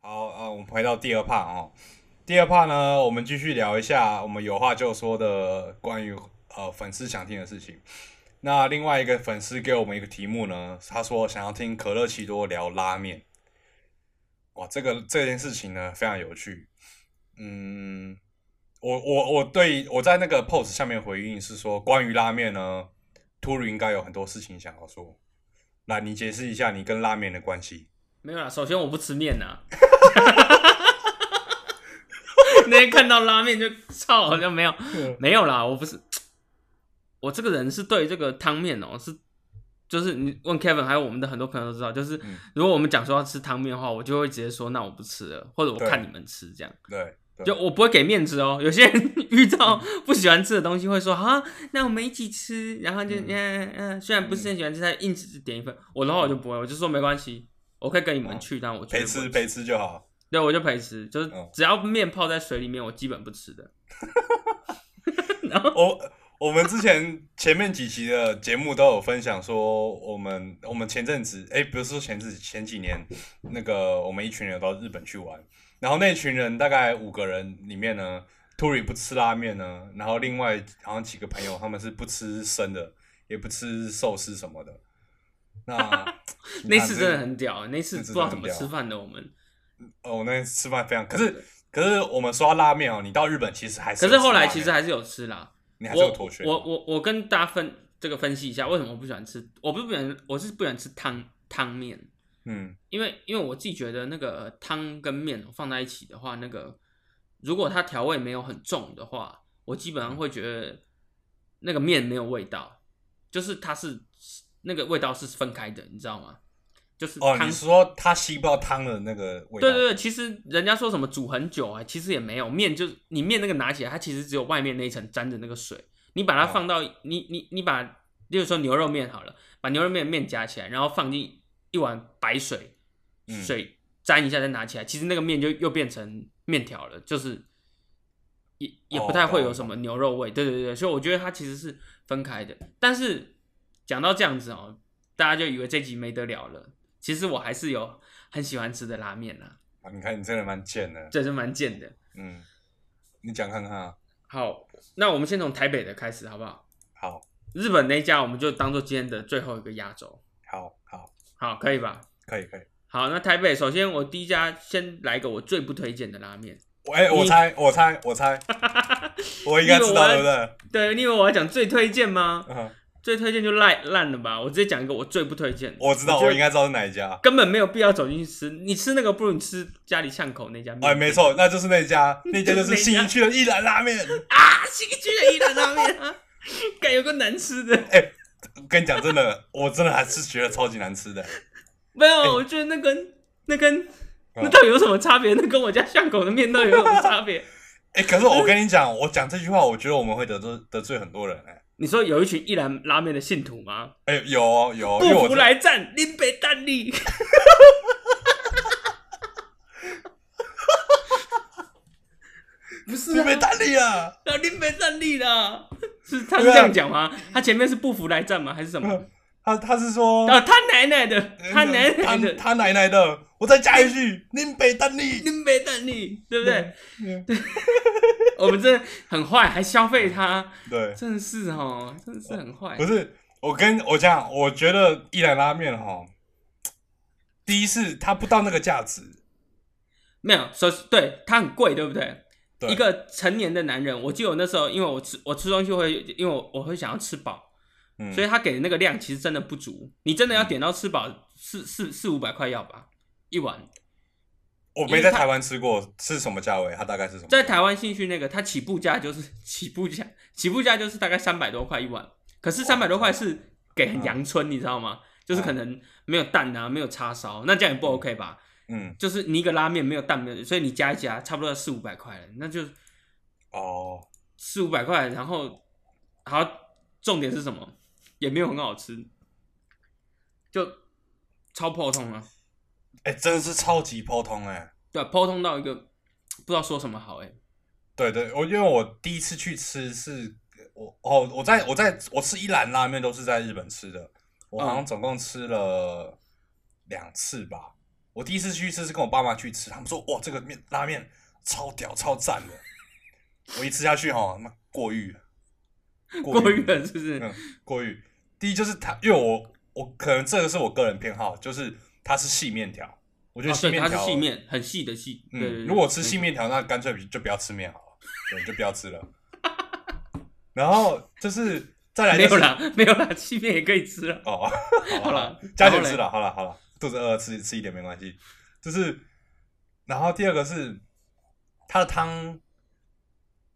S1: 好啊，我们回到第二趴哦。第二趴呢，我们继续聊一下我们有话就说的关于呃粉丝想听的事情。那另外一个粉丝给我们一个题目呢，他说想要听可乐奇多聊拉面。哇，这个这件事情呢非常有趣。嗯，我我我对我在那个 post 下面回应是说，关于拉面呢，秃驴应该有很多事情想要说。来，你解释一下你跟拉面的关系。
S2: 没有啦，首先我不吃面 呐。 那天看到拉面就操，好像没有没有啦，我不是，我这个人是对这个汤面哦、是就是你问 Kevin 还有我们的很多朋友都知道，就是
S1: 嗯
S2: 如果我们讲说要吃汤面的话，我就会直接说那我不吃了，或者我
S1: 对
S2: 看你们吃这样。
S1: 对，对
S2: 就我不会给面子哦。有 些人遇到不喜欢吃的东西，会说啊，那我们一起吃，然后就
S1: 嗯
S2: 嗯嗯、虽然不是很喜欢吃，但硬是点一份。我的话我就不会，我就说没关系，我可以跟你们去，但我绝对
S1: 哦陪
S2: 不会
S1: 吃陪吃就好。
S2: 对，我就陪吃，就是
S1: 嗯
S2: 只要面泡在水里面，我基本不吃的。
S1: 我我们之前前面几期的节目都有分享说，我们我们前阵子，哎，不是说前阵子前几年，那个我们一群人到日本去玩，然后那群人大概五个人里面呢，秃驴不吃拉面呢，然后另外好像几个朋友他们是不吃生的，也不吃寿司什么的。那你看
S2: 那次
S1: 这
S2: 真的很屌，那次
S1: 这真
S2: 不
S1: 的
S2: 知道怎么
S1: 很屌
S2: 吃饭的我们。
S1: 哦，那天吃饭非常，可是可是我们说到拉面哦，你到日本其实还是
S2: 可
S1: 有
S2: 是
S1: 吃
S2: 后来
S1: 拉
S2: 其
S1: 面
S2: 实还是有吃啦，
S1: 你还是有
S2: 我
S1: 妥协，
S2: 我我我跟大家分这个分析一下，为什么我不喜欢吃？我不是不喜欢，我是不喜欢吃汤汤面。
S1: 嗯
S2: 因为因为我自己觉得那个汤跟面哦放在一起的话，那个如果它调味没有很重的话，我基本上会觉得那个面没有味道，就是它是那个味道是分开的，你知道吗？就是
S1: 哦，
S2: 汤
S1: 你是说他吸不到汤的那个味道？
S2: 对对对，其实人家说什么煮很久啊，其实也没有面，就是你面那个拿起来，它其实只有外面那一层沾着那个水。你把它
S1: 哦
S2: 放到、你你你把，例如说牛肉面好了，把牛肉面的面夹起来，然后放进一碗白水，
S1: 嗯
S2: 水沾一下再拿起来，其实那个面就又变成面条了，就是也也
S1: 哦
S2: 不太会有什么牛肉味。对对对，所以我觉得它其实是分开的。但是讲到这样子哦，大家就以为这集没得了了，其实我还是有很喜欢吃的拉面啦。
S1: 啊，你看你真的蛮贱的。
S2: 这是蛮贱的。
S1: 嗯，你讲看看啊。
S2: 好，那我们先从台北的开始，好不好？
S1: 好，
S2: 日本那一家我们就当做今天的最后一个压轴，
S1: 好，好，
S2: 好，可以吧？
S1: 可以，可以。
S2: 好，那台北首先我第一家先来一个我最不推荐的拉面。
S1: 我哎、我
S2: 你
S1: 猜，我猜，我 猜，我应该知道，对
S2: 你以为我
S1: 不对？
S2: 对，你以为我要讲最推荐吗？
S1: 嗯，
S2: 最推荐就烂烂了吧？我直接讲一个我最不推荐的，
S1: 我知道，
S2: 觉
S1: 我
S2: 得
S1: 应该知道是哪一家。
S2: 根本没有必要走进去吃。你吃那个，不如你吃家里巷口那家面
S1: 哎，
S2: 店。
S1: 没错，那就是那 家，那家就
S2: 那
S1: 是
S2: 家
S1: 信义区的一兰拉面。
S2: 啊，新区的一兰拉面啊， 敢有个难吃的。
S1: 跟你讲，真的，我真的还是觉得超级难吃的。
S2: 没
S1: 哎
S2: 有，啊我觉得那跟那跟
S1: 啊
S2: 那到底有什么差别？那跟我家巷口的面到底有什么差别？
S1: 哎、可是我跟你讲，我讲这句话，我觉得我们会得罪得罪很多人、哎，
S2: 你说有一群一兰拉面的信徒吗？
S1: 哎、有哦有哦，因为
S2: 不
S1: 我
S2: 服
S1: 真的
S2: 来战，林北蛋力。 不是
S1: 你没
S2: 啊，
S1: 弹力啊！
S2: 啊林北蛋力啦，是他是这样讲吗？他前面是不服来战吗？还是什么？
S1: 他他是说
S2: 啊，他奶奶的，他奶奶
S1: 哦嗯 他
S2: 的，
S1: 他奶奶的，我再加一句， 林北丹力。
S2: 林北蛋力，对不对？哦
S1: 嗯
S2: 我们真的很坏，还消费他，
S1: 对，
S2: 真的是哦，真的是很坏
S1: 不。是我跟我讲，我觉得一兰拉面哈，第一是它不到那个价值，
S2: 没有，首对它很贵，对不对？
S1: 对
S2: 一个成年的男人，我记得我那时候，因为我吃我吃东西会，因为我我会想要吃饱，
S1: 嗯，
S2: 所以他给的那个量其实真的不足。你真的要点到吃饱，四四四五百块要吧一碗，
S1: 我
S2: 因
S1: 没
S2: 为
S1: 在
S2: 它
S1: 台湾吃过，是什么价位？它大概是什么？
S2: 在台湾兴趣那个，它起步价就是 起步价，起步价就是大概三百多块一碗，可是三百多块是给很阳春，你知道吗？就是可能没有蛋啊，没有叉烧，那这样也不 OK 吧？
S1: 嗯，
S2: 就是你一个拉面没有蛋，没有，所以你加一加，差不多要四五百块了，那就
S1: 哦，
S2: 四五百块，然后好，重点是什么？也没有很好吃，就超破通啊，
S1: 哎、真的是超级普通哎、
S2: 对啊，破通到一个不知道说什么好哎、
S1: 对对，我因为我第一次去吃是，我哦，我在我在我吃一兰拉面都是在日本吃的，我好像
S2: 嗯
S1: 总共吃了两次吧。我第一次去吃是跟我爸妈去吃，他们说哇这个面拉面超屌超赞的，我一吃下去哈，妈过誉了，
S2: 过
S1: 誉
S2: 于了是不是？
S1: 嗯，过誉。第一就是它，因为我我可能这个是我个人偏好，就是它是细面条，我觉得哦
S2: 啊，
S1: 细
S2: 对，
S1: 面
S2: 它
S1: 条、
S2: 是细面，很细的细。对对对
S1: 嗯，如果吃细面条，那干脆就不要吃面好了，对，就不要吃了。 然后就是再来、
S2: 没
S1: 就是、
S2: 有啦， 没有啦，细面也可以吃了。啊
S1: 哦，
S2: 好
S1: 好
S2: 啦
S1: 了，加
S2: 然
S1: 点
S2: 后嘞
S1: 吃了，好了，好了，肚子饿吃吃一点没关系。就是，然后第二个是它的汤，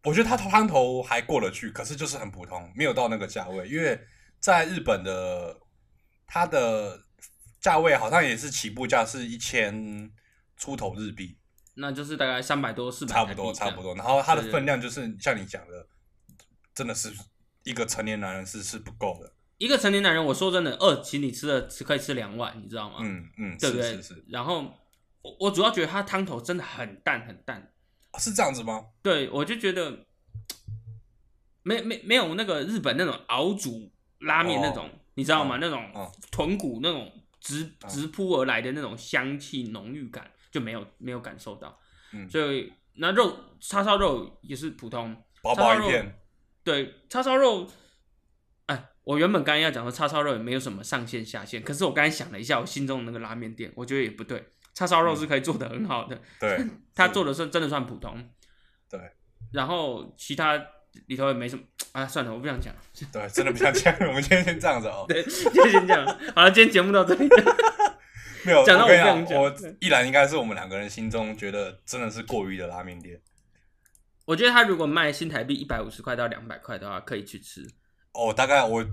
S1: 我觉得它的汤头还过得去，可是就是很普通，没有到那个价位，因为在日本的它的价位好像也是起步价是一千出头日币，
S2: 那就是大概三百多、四百，
S1: 差不多，差不。多。然后它的
S2: 对对
S1: 分量就是像你讲的，真的是一个成年男人是是不够的。
S2: 一个成年男人，我说真的，饿，请你吃了只可以吃两碗，你知道吗？
S1: 嗯嗯，
S2: 对不
S1: 是
S2: 对？
S1: 是是，
S2: 然后我我主要觉得它汤头真的很淡很淡，
S1: 哦是这样子吗？
S2: 对，我就觉得没没没有那个日本那种熬煮拉面那种，你知道吗？
S1: 嗯
S2: 那种
S1: 嗯
S2: 豚骨那种直
S1: 嗯
S2: 直扑而来的那种香气浓郁感就没有没有感受到，
S1: 嗯
S2: 所以那肉叉烧肉也是普通，
S1: 薄薄一片，
S2: 对，叉烧肉，哎，我原本刚才要讲说叉烧肉也没有什么上限下限，可是我刚才想了一下，我心中的那个拉面店，我觉得也不对，叉烧
S1: 嗯
S2: 肉是可以做的很好的，
S1: 对
S2: 他做的算真的算普通。
S1: 嗯对。
S2: 然后其他里头也没什么啊，算了，我不 想讲，
S1: 对，真的比较这样。 我们今天先这样子哦，
S2: 对，就先这样。好了，今天节目到这里。
S1: 没有，
S2: 讲到
S1: 我跟
S2: 我
S1: 你
S2: 不想
S1: 讲，
S2: 讲
S1: 我依然应该是我们两个人心中觉得真的是过于的拉面店。
S2: 我觉得他如果卖新台币一百五十块到两百块的话，可以去吃。
S1: 哦，大概我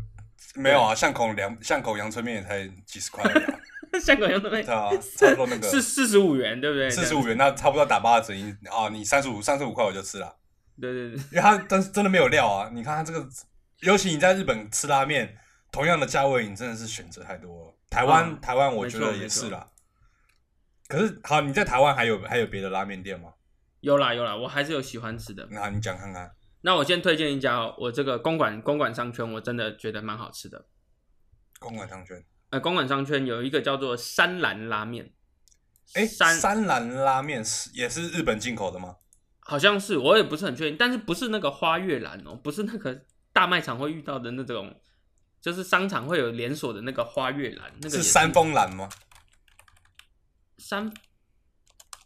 S1: 没有啊，巷口凉巷口阳春面也才几十块而已啊。
S2: 香港用的
S1: 对啊，差不多那个
S2: 是四十五元，对不对？
S1: 四十五元，那差不多打八折。你啊，你三十五三十五块我就吃了，
S2: 这样，对对对，
S1: 因为它但是真的没有料啊。你看它这个，尤其你在日本吃拉面，同样的价位，你真的是选择太多了。台湾、
S2: 嗯
S1: 台湾我觉
S2: 没
S1: 得
S2: 错
S1: 也是啦。可是好，你在台湾还有还有别的拉面店吗？
S2: 有啦有啦，我还是有喜欢吃的。
S1: 那你讲看看。
S2: 那我先推荐一家哦，我这个公馆公馆商圈，我真的觉得蛮好吃的。
S1: 公馆汤圈，
S2: 呃，公馆商圈有一个叫做山兰拉面，
S1: 哎，
S2: 山
S1: 三兰拉面是也是日本进口的吗？
S2: 好像是，我也不是很确定，但是不是那个花月兰哦，不是那个大卖场会遇到的那种，就是商场会有连锁的那个花月兰，那个也
S1: 是山峰兰吗？
S2: 山，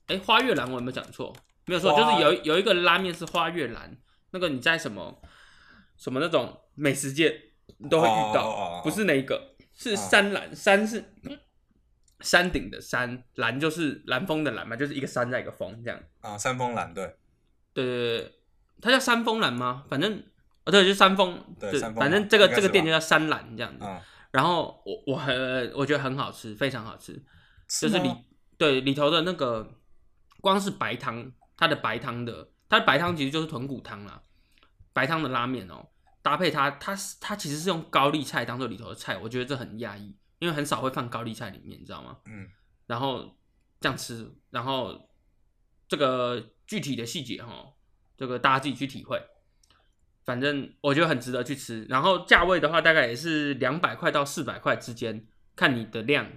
S2: 哎、花月兰我有没有讲错？没有错，就
S1: 花
S2: 是有一有一个拉面是花月兰，那个你在什么什么那种美食界都会遇到，
S1: 哦哦哦哦
S2: 不是那一个，是
S1: 哦
S2: 山兰，山是 山顶的山，兰就是蓝风的蓝嘛，就是一个山再一个风这样。
S1: 啊，山峰兰对，
S2: 对对对对，它叫山峰兰吗？反正哦对，就山峰，
S1: 对山峰
S2: 反正
S1: 兰
S2: 这个
S1: 应该
S2: 这个
S1: 是
S2: 店
S1: 吧
S2: 就叫山兰这样子。
S1: 嗯，
S2: 然后我我很我觉得很好吃，非常好吃。就是
S1: 吗
S2: 里对里头的那个，光是白汤，它的白汤的，它的白汤其实就是豚骨汤啦，白汤的拉面哦，搭配它，它它其实是用高丽菜当做里头的菜，我觉得这很压抑，因为很少会放高丽菜里面，你知道吗？
S1: 嗯，
S2: 然后这样吃，然后这个具体的细节哈，这个大家自己去体会。反正我觉得很值得去吃，然后价位的话大概也是两百块到四百块之间，看你的量。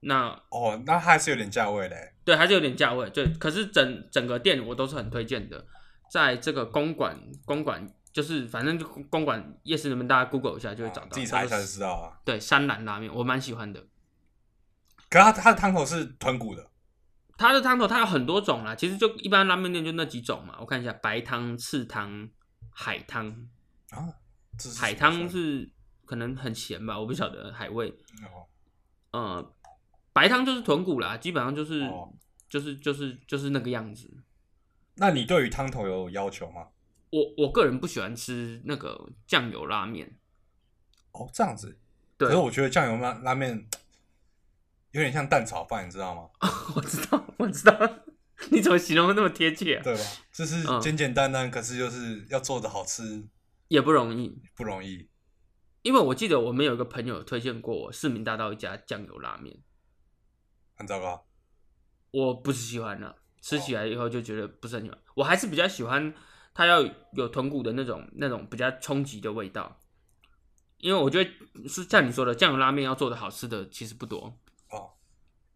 S2: 那
S1: 哦，那还是有点价位嘞。
S2: 对，还是有点价位。对，可是整整个店我都是很推荐的，在这个公馆公馆就是反正就公馆夜市那边，大家 Google 一下就会找到。
S1: 啊哦自己查一下
S2: 它
S1: 就是知道啊。
S2: 对，山兰拉面我蛮喜欢的。
S1: 可是它它的汤头是豚骨的，
S2: 它的汤头它有很多种啦，其实就一般拉面店就那几种嘛。我看一下，白汤、赤汤、海汤。
S1: 这是
S2: 海
S1: 什么
S2: 汤
S1: 算
S2: 是可能很咸吧，我不晓得海味。
S1: 哦
S2: 呃，白汤就是豚骨啦，基本上就是、
S1: 哦
S2: 就是就是就是那个样子。
S1: 那你对于汤头有要求吗？
S2: 我我个人不喜欢吃那个酱油拉面，
S1: 哦，这样子。
S2: 对
S1: 可是我觉得酱油拉拉面有点像蛋炒饭，你知道吗？
S2: 我知道，我知道，你怎么形容的那么贴切、啊？
S1: 对吧？就是
S2: 嗯
S1: 简简单单，可是就是要做的好吃
S2: 也不容易，
S1: 不容易。
S2: 因为我记得我们有一个朋友推荐过我市民大道一家酱油拉面，
S1: 很糟糕，
S2: 我不是喜欢了、吃起来以后就觉得不是很喜欢，我还是比较喜欢它要有豚骨的那种那种比较冲击的味道，因为我觉得是像你说的酱油拉面要做的好吃的其实不多，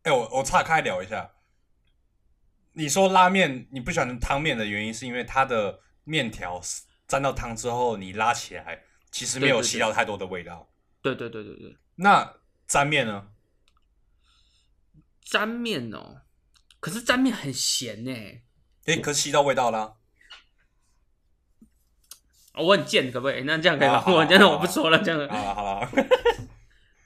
S1: 哎、我我岔开聊一下，你说拉面你不喜欢汤面的原因，是因为它的面条沾到汤之后，你拉起来其实没有
S2: 对对
S1: 吸
S2: 对
S1: 到太多的味道。
S2: 对对对对对，
S1: 那沾面呢？
S2: 沾面哦，可是沾面很咸欸呢、
S1: 诶、可是吸到味道 啦。
S2: 哦，我很贱，可不可以？那这样可以吗？
S1: 好好
S2: 我真的
S1: 好
S2: 我不说了，这样
S1: 好了好了，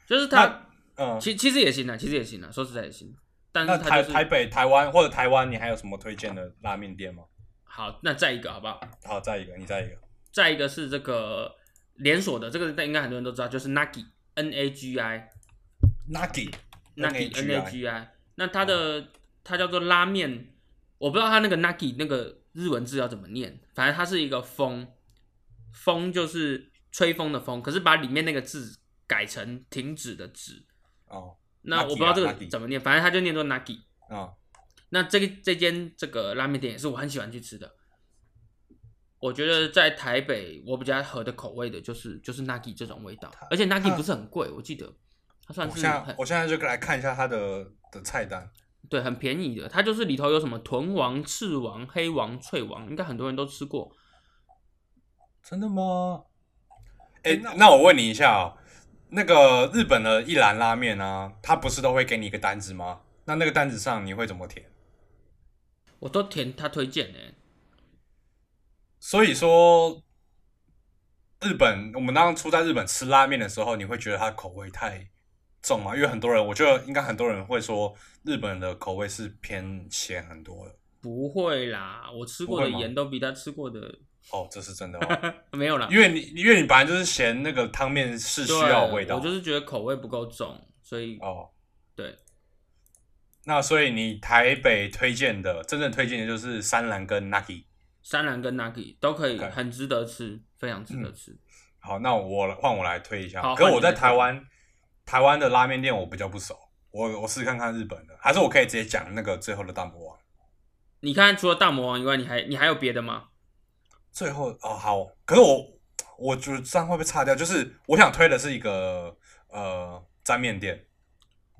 S2: 就是它，
S1: 嗯，
S2: 其其实也行啊，其实也行啊，说实在也行。但
S1: 那
S2: 是它
S1: 台
S2: 就是
S1: 台北、台湾或者台湾，你还有什么推荐的拉面店吗？
S2: 好，那再一个好不好？
S1: 好，再一个，你再一个，
S2: 再一个是这个连锁的，这个应该很多人都知道，就是 Nagi N A G I
S1: Nagi
S2: Nagi N A
S1: NAGI
S2: G I。那它
S1: 哦
S2: 的它叫做拉面，我不知道它那个 Nagi 那个日文字要怎么念，反正它是一个风，风就是吹风的风，可是把里面那个字改成停止的止。
S1: 哦，
S2: 那
S1: Nagi
S2: 我不知道这
S1: 啊
S2: 个
S1: ，Nagi
S2: 怎么念，反正它就念作 Nagi。
S1: 嗯，
S2: 那这个这间这个拉面店也是我很喜欢去吃的。我觉得在台北，我比较合的口味的就是就是 Nagi 这种味道
S1: 它，
S2: 而且 Nagi
S1: 它
S2: 不是很贵，我记得它算
S1: 我
S2: 是
S1: 现在
S2: 很
S1: 我现在就来看一下它的的菜单，
S2: 对很便宜的。它就是里头有什么豚王、翅王、黑王、脆王，应该很多人都吃过。
S1: 真的吗？哎、那我问你一下哦，那个日本的一兰拉面啊，它不是都会给你一个单子吗？那那个单子上你会怎么填？
S2: 我都填他推荐呢、欸
S1: 所以说，日本我们当初在日本吃拉面的时候，你会觉得它口味太重吗？因为很多人，我觉得应该很多人会说，日本的口味是偏咸很多的。
S2: 不会啦，我吃
S1: 不
S2: 过
S1: 会
S2: 的
S1: 吗
S2: 盐都比他吃过的
S1: 哦，这是真的哦，
S2: 没有啦，
S1: 因为你因为你本来就是嫌那个汤面是需
S2: 对
S1: 要有味道
S2: 我就是觉得口味不够重，所以
S1: 哦，
S2: 对，
S1: 那所以你台北推荐的，真正推荐的就是三兰跟 Nucky。
S2: 山兰跟 Nagi 都可以，
S1: 对嗯
S2: 很值得吃，非常值得吃。
S1: 好，那我来换我来推一下
S2: 好。
S1: 可是我
S2: 换你来
S1: 在
S2: 推
S1: 台湾，台湾的拉面店我比较不熟，我我试试看看日本的，还是我可以直接讲那个最后的大魔王。
S2: 你看，除了大魔王以外，你还你还有别的吗？
S1: 最后哦好，可是我我觉得这样会不会差掉？就是我想推的是一个呃沾面店，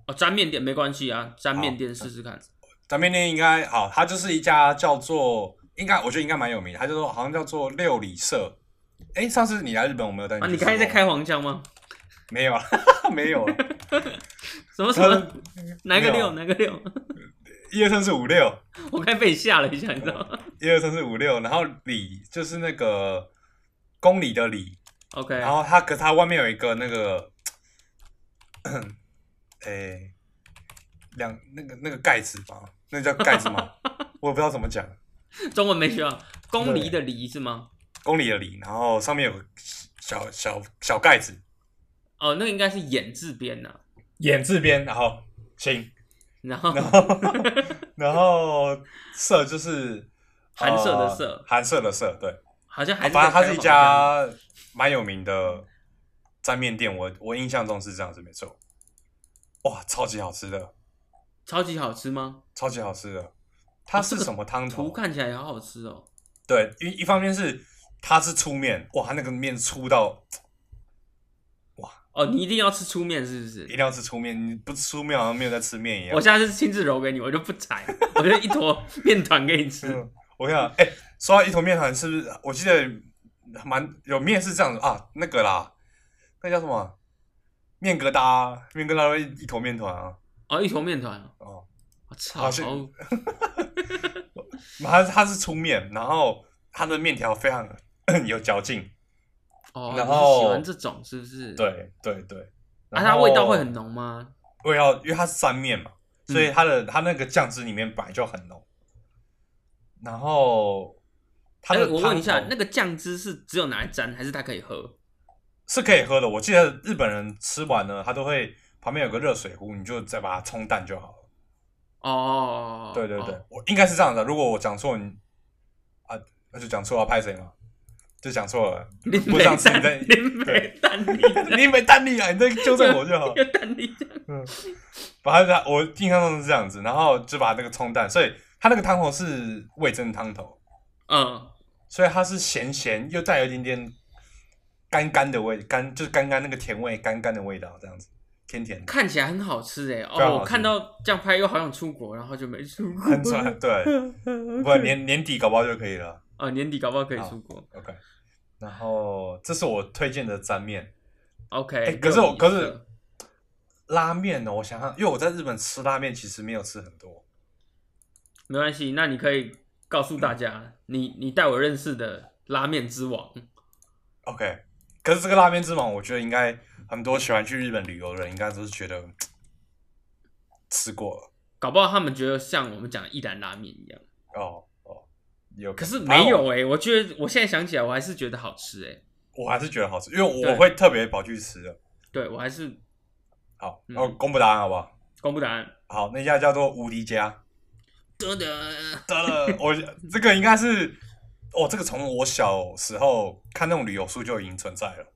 S2: 哦，沾面店没关系啊，沾面店试试看。
S1: 沾面店应该好，它就是一家叫做应该我觉得应该蛮有名的，它叫做好像叫做六里社。哎，上次你来日本，我没有带
S2: 啊，
S1: 去
S2: 你
S1: 吃
S2: 刚才在
S1: 过
S2: 开黄腔吗？
S1: 没有啊， 没有啊，
S2: 什么什
S1: 呃
S2: 么？哪个
S1: 没有
S2: 六？哪个六？
S1: 一二三四五六，
S2: 我刚才被你吓了一下，你知道吗
S1: 一二三四五六，然后里就是那个公里的里，
S2: ？OK，
S1: 然后它可是它外面有一个那个， 哎、两那个那个盖子吧，那个叫盖子 吗？我也不知道怎么讲，
S2: 中文没学好。公梨的梨是吗？
S1: 公里的里，然后上面有个小小小盖子，
S2: 哦，那个应该是眼字边呐。
S1: 眼字边，然后行，
S2: 然后
S1: 然 后然后色 就是
S2: 寒舍的
S1: 呃
S2: 舍
S1: 寒舍的舍，对。
S2: 好像还是
S1: 反
S2: 在
S1: 正它是
S2: 开
S1: 一
S2: 黄腔
S1: 家蛮有名的沾面店，我我印象中是这样子，没错。哇，超级好吃的，
S2: 超级好吃吗？
S1: 超级好吃的。它是什么汤
S2: 哦图
S1: 头？
S2: 看起来也好好吃哦。
S1: 对，一一方面是它是粗面，哇，它那个面粗到
S2: 哦，你一定要吃粗面是不
S1: 一
S2: 是
S1: 定？要吃粗面，你不吃粗面好像没有在吃面一样
S2: 我。下次亲自揉给你，我就不踩， 我就一坨面团给你吃。
S1: 嗯我想，哎、说到一头面团，是不是？我记得蛮有面是这样子啊，那个啦，那叫什么？面疙瘩，面疙瘩会一头面团啊，
S2: 哦，一坨面团哦，
S1: 哦。
S2: 我操哦
S1: 好！像它它是粗面，然后它的面条非常 有嚼劲。
S2: 哦，你
S1: 然
S2: 是
S1: 后
S2: 喜欢这种是不是？。
S1: 对对对，
S2: 啊，
S1: 然
S2: 它
S1: 后
S2: 味道会很嗯浓吗？
S1: 味道，因为它是沾面嘛，所以它的、它那个酱汁里面本来就很浓。然后它
S2: 哎，
S1: 的、
S2: 我问一下，那个酱汁是只有拿来沾，还是它可以喝？
S1: 是可以喝的。我记得日本人吃完呢，他都会旁边有个热水壶，你就再把它冲淡就好了。
S2: 哦，
S1: 对对对，
S2: 哦
S1: 我应该是这样的。如果我讲错，你啊，那就讲错了，拍谁嘛？就讲错了，
S2: 林
S1: 不
S2: 北
S1: 上次你
S2: 蛋
S1: 在，
S2: 林北蛋 力，
S1: 你没蛋力啊，你在纠正我就好。
S2: 有蛋力 酱
S1: 把它我印象中是这样子，然后就把那个冲淡，所以它那个汤头是味噌汤头，
S2: 嗯，
S1: 所以它是咸咸又带有一点点干干的味，干就是干干那个甜味，干干的味道这样子，甜甜 的，
S2: 看起来很好吃哎。
S1: 非常
S2: 哦，
S1: 好吃
S2: 我看到这样拍又好想出国，然后就没出国。
S1: 很爽，对，不年年底搞不好就可以了。
S2: 啊，年底搞不好可以出国。
S1: OK，然后这是我推荐的沾面
S2: OK，
S1: 哎可是我
S2: 六一
S1: 可是
S2: 色
S1: 拉面哦呢，我想想，因为我在日本吃拉面其实没有吃很多，
S2: 没关系，那你可以告诉大家，你你带我认识的拉面之王。
S1: OK，可是这个拉面之王，我觉得应该很多喜欢去日本旅游的人，应该都是觉得吃过了
S2: 搞不好他们觉得像我们讲的一兰拉面一样，
S1: 哦哦，有
S2: 可是
S1: 反正
S2: 没有
S1: 我，
S2: 哎、我觉得我现在想起来，我还是觉得好吃哎、
S1: 我还是觉得好吃，因为我
S2: 对
S1: 我会特别跑去吃的。
S2: 对我还是
S1: 好，
S2: 嗯
S1: 然后公布答案好不好？
S2: 公布答案。
S1: 好，那家叫做无敌家，
S2: 得得，
S1: 得 了，我这个应该是，哦，这个从我小时候看那种旅游书就已经存在了。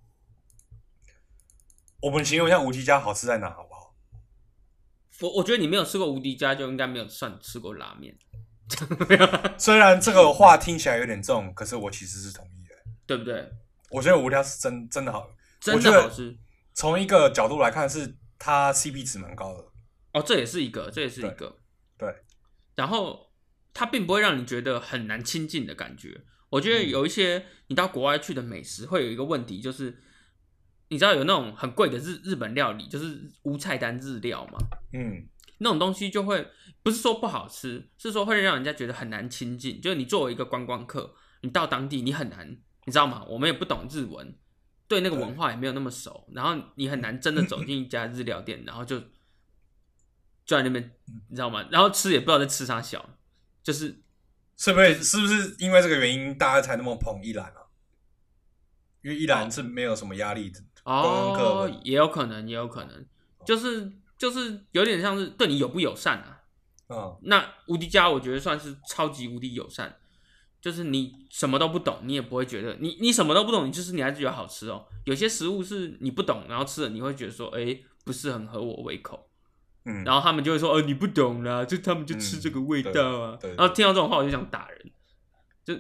S1: 我们形容一下无敌家好吃在哪好不好？
S2: 我我觉得你没有吃过无敌家，就应该没有算吃过拉面， 没有，啊
S1: 虽然这个话听起来有点重，可是我其实是同意的。
S2: 对不对？
S1: 我觉得无聊是真真的好，
S2: 真
S1: 我觉
S2: 的
S1: 得
S2: 好吃
S1: 从一个角度来看，是它 CP 值蛮高的。
S2: 哦，这也是一个，这也是一个，
S1: 对对
S2: 然后它并不会让你觉得很难亲近的感觉。我觉得
S1: 嗯
S2: 有一些你到国外去的美食会有一个问题，就是你知道有那种很贵的日日本料理，就是无菜单日料嘛。
S1: 嗯，
S2: 那种东西就会不是说不好吃，是说会让人家觉得很难亲近。就是你作为一个观光客，你到当地你很难，你知道吗？我们也不懂日文，对那个文化也没有那么熟，然后你很难真的走进一家日料店，然后就就在那边，
S1: 嗯
S2: 你知道吗？然后吃也不知道在吃啥小，就是
S1: 是不是是不是因为这个原因，大家才那么捧一兰啊？因为一兰是没有什么压力的。观光客
S2: 哦
S1: 们，
S2: 也有可能，也有可能，就是就是有点像是对你友不友善啊。
S1: 嗯
S2: 那无敌家我觉得算是超级无敌友善，就是你什么都不懂，你也不会觉得你你什么都不懂，你就是你还是觉得好吃哦。有些食物是你不懂，然后吃了你会觉得说，哎、不是很合我胃口，
S1: 嗯，
S2: 然后他们就会说，呃，你不懂啦、就他们就吃
S1: 嗯
S2: 这个味道啊。
S1: 对对
S2: 然后听到这种话我就想打人，就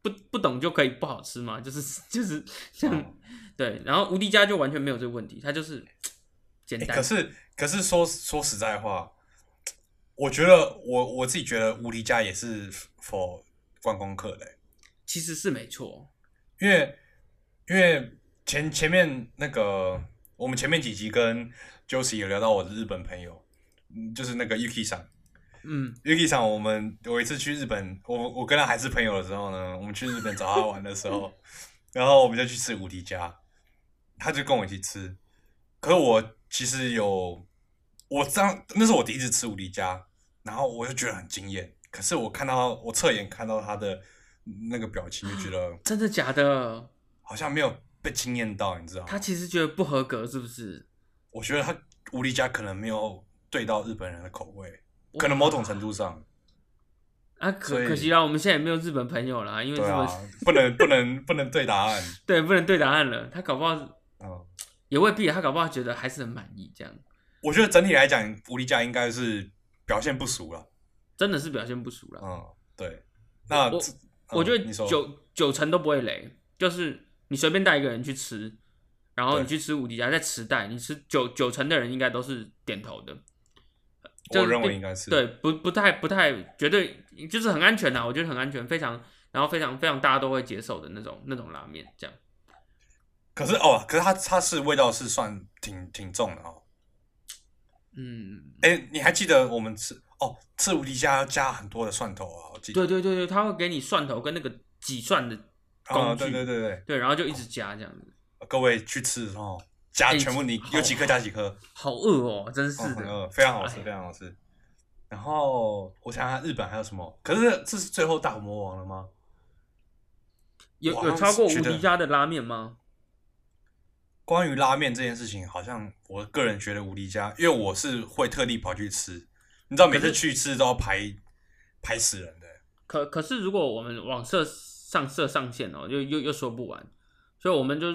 S2: 不不懂就可以不好吃嘛，就是 就是这样、
S1: 嗯
S2: 对。然后无敌家就完全没有这个问题，它就是简
S1: 欸
S2: 单。
S1: 可是可是说说实在话，我觉得我我自己觉得无敌家也是 for 观光客的欸、
S2: 其实是没错，
S1: 因为因为前前面那个我们前面几集跟 Josie 有聊到我的日本朋友，嗯就是那个 Yuki 桑
S2: 嗯。
S1: Yuki 桑，我们有一次去日本，我我跟他还是朋友的时候呢，我们去日本找他玩的时候， 然后我们就去吃无敌家，他就跟我一起吃，可是我其实有我当那是我第一次吃无敌家，然后我就觉得很惊艳，可是我看到我侧眼看到他的那个表情，就觉得。
S2: 真的假的？
S1: 好像没有被惊艳到，你知道吗？
S2: 他其实觉得不合格，是不是？
S1: 我觉得他无力家可能没有对到日本人的口味，
S2: 哇
S1: 可能某种程度 上，
S2: 啊，
S1: 所
S2: 可
S1: 以
S2: 可惜啦，我们现在也没有日本朋友啦，因为日
S1: 对
S2: 本
S1: 啊，不能不能不能对答案，
S2: 对不能对答案了。他搞不好
S1: 嗯，
S2: 也未必，他搞不好觉得还是很满意，这样
S1: 我觉得整体来讲，无力家应该是表现不俗了，
S2: 真的是表现不俗了。
S1: 嗯，对，那
S2: 我
S1: 这
S2: 我觉
S1: 嗯
S2: 得
S1: 你说
S2: 九九成都不会雷，就是你随便带一个人去吃，然后
S1: 对
S2: 你去吃五迪家再吃带，你吃九九成的人应该都是点头的。就
S1: 我认
S2: 并
S1: 为应该是
S2: 对，不不太不太绝对就是很安全啦，我觉得很安全，非常然后非常非常大家都会接受的那种那种拉面这样。
S1: 可是哦，可是它它是味道是算挺挺重的哦，
S2: 嗯，
S1: 哎，你还记得我们吃哦吃无力家要加很多的蒜头啊，我记得，
S2: 对对对对，他会给你蒜头跟那个挤蒜的
S1: 啊、
S2: 工具，
S1: 对对对对，
S2: 对然后就一直加这样子，
S1: 各位去吃的时候加
S2: 哎
S1: 全部你
S2: 好
S1: 有几颗加几颗。
S2: 好饿哦，真
S1: 哦
S2: 是
S1: 很
S2: 的。
S1: 饿非常好吃，
S2: 哎
S1: 非常好吃。然后我想想，日本还有什么？可是这是最后大魔王了吗？
S2: 有
S1: 我好
S2: 有
S1: 像
S2: 超过无
S1: 觉得
S2: 敌家的拉面吗？
S1: 关于拉面这件事情，好像我个人觉得无敌家，因为我是会特地跑去吃，你知道每次去吃都要排排死人的。
S2: 可可是如果我们往设上设上限哦，又又又说不完，所以我们就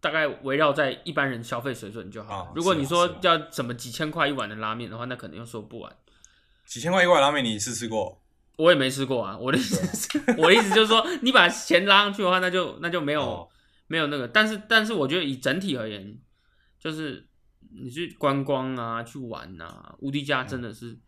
S2: 大概围绕在一般人消费水准就好。
S1: 啊
S2: 如果
S1: 是啊
S2: 你说
S1: 是啊
S2: 要什么几千块一碗的拉面的话，那可能又说不完。
S1: 几千块一碗拉面，你试吃过？
S2: 我也没吃过啊，我的意思是，我的意思就是说，你把钱拉上去的话，那就那就没有、
S1: 哦
S2: 没有那个，但是但是我觉得以整体而言，就是你去观光啊，去玩啊，无敌家真的是
S1: 嗯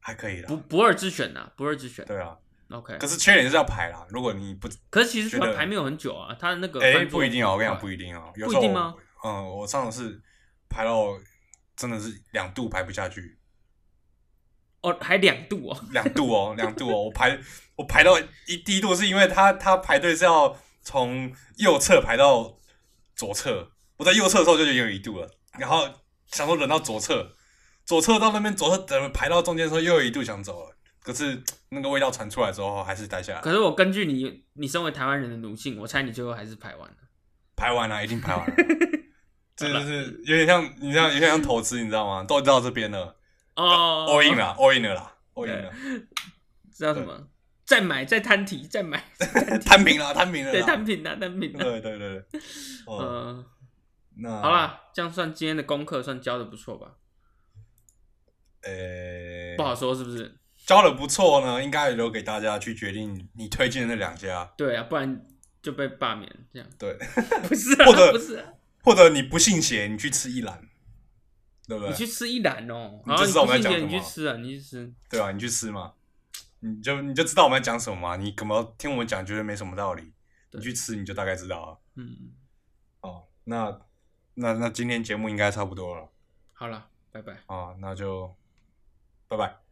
S1: 还可以
S2: 不
S1: 啦。
S2: 不二之选呐、啊，不二之选。
S1: 对啊，
S2: OK，
S1: 可是缺点是要排啦。如果你不，
S2: 可是其实
S1: 觉
S2: 他
S1: 得
S2: 排没有很久啊，他那个
S1: 哎、
S2: 分数
S1: 不一定哦。我跟你讲，不
S2: 快
S1: 一定哦。有
S2: 不
S1: 时候
S2: 一定
S1: 我
S2: 吗？
S1: 嗯，我上次排到真的是两度排不下去。
S2: 哦，还两度哦，
S1: 两度哦，两度哦，我排我排到一第一度是因为他他排队是要从右侧排到左侧，我在右侧的时候就已经有一度了，然后想说忍到左侧，左侧到那边左侧等排到中间的时候又有一度想走了，可是那个味道传出来之后还是待下来，
S2: 可是我根据你你身为台湾人的奴性，我猜你最后还是排完了。
S1: 排完了、一定排完 了，这就是有点像你知道有点像投资，你知道吗？都到这边了
S2: 哦，
S1: ，all in 了，all in 了啦，all in 了，
S2: 知道什么？再买，再摊提，再买，
S1: 摊平了，摊平了啦，
S2: 对，摊平啊，摊平啊。
S1: 对对对对， 哦，
S2: 嗯，
S1: 那
S2: 好。啦，这样算今天的功课算交的不错吧？
S1: 呃，
S2: 不好说是不是？
S1: 教的不错呢，应该留给大家去决定你推荐的那两家，
S2: 对啊，不然就被罢免 这样。
S1: 对，
S2: 不是啊，
S1: 或者
S2: 不是啊，
S1: 或者你不信邪，你去吃一兰，对不
S2: 你
S1: 对？
S2: 去吃一兰哦，
S1: 你
S2: 然后
S1: 就
S2: 你
S1: 知道我
S2: 不
S1: 们
S2: 信
S1: 在
S2: 邪，
S1: 讲
S2: 你
S1: 什么
S2: 去吃啊，你去吃。
S1: 对啊，你去吃嘛，你就你就知道我们在讲什么嘛，你怎么听我们讲觉得没什么道理，
S2: 对
S1: 你去吃你就大概知道啊。
S2: 嗯，
S1: 哦，那那那今天节目应该差不多了哦
S2: 好了，拜拜。
S1: 啊，那就拜拜。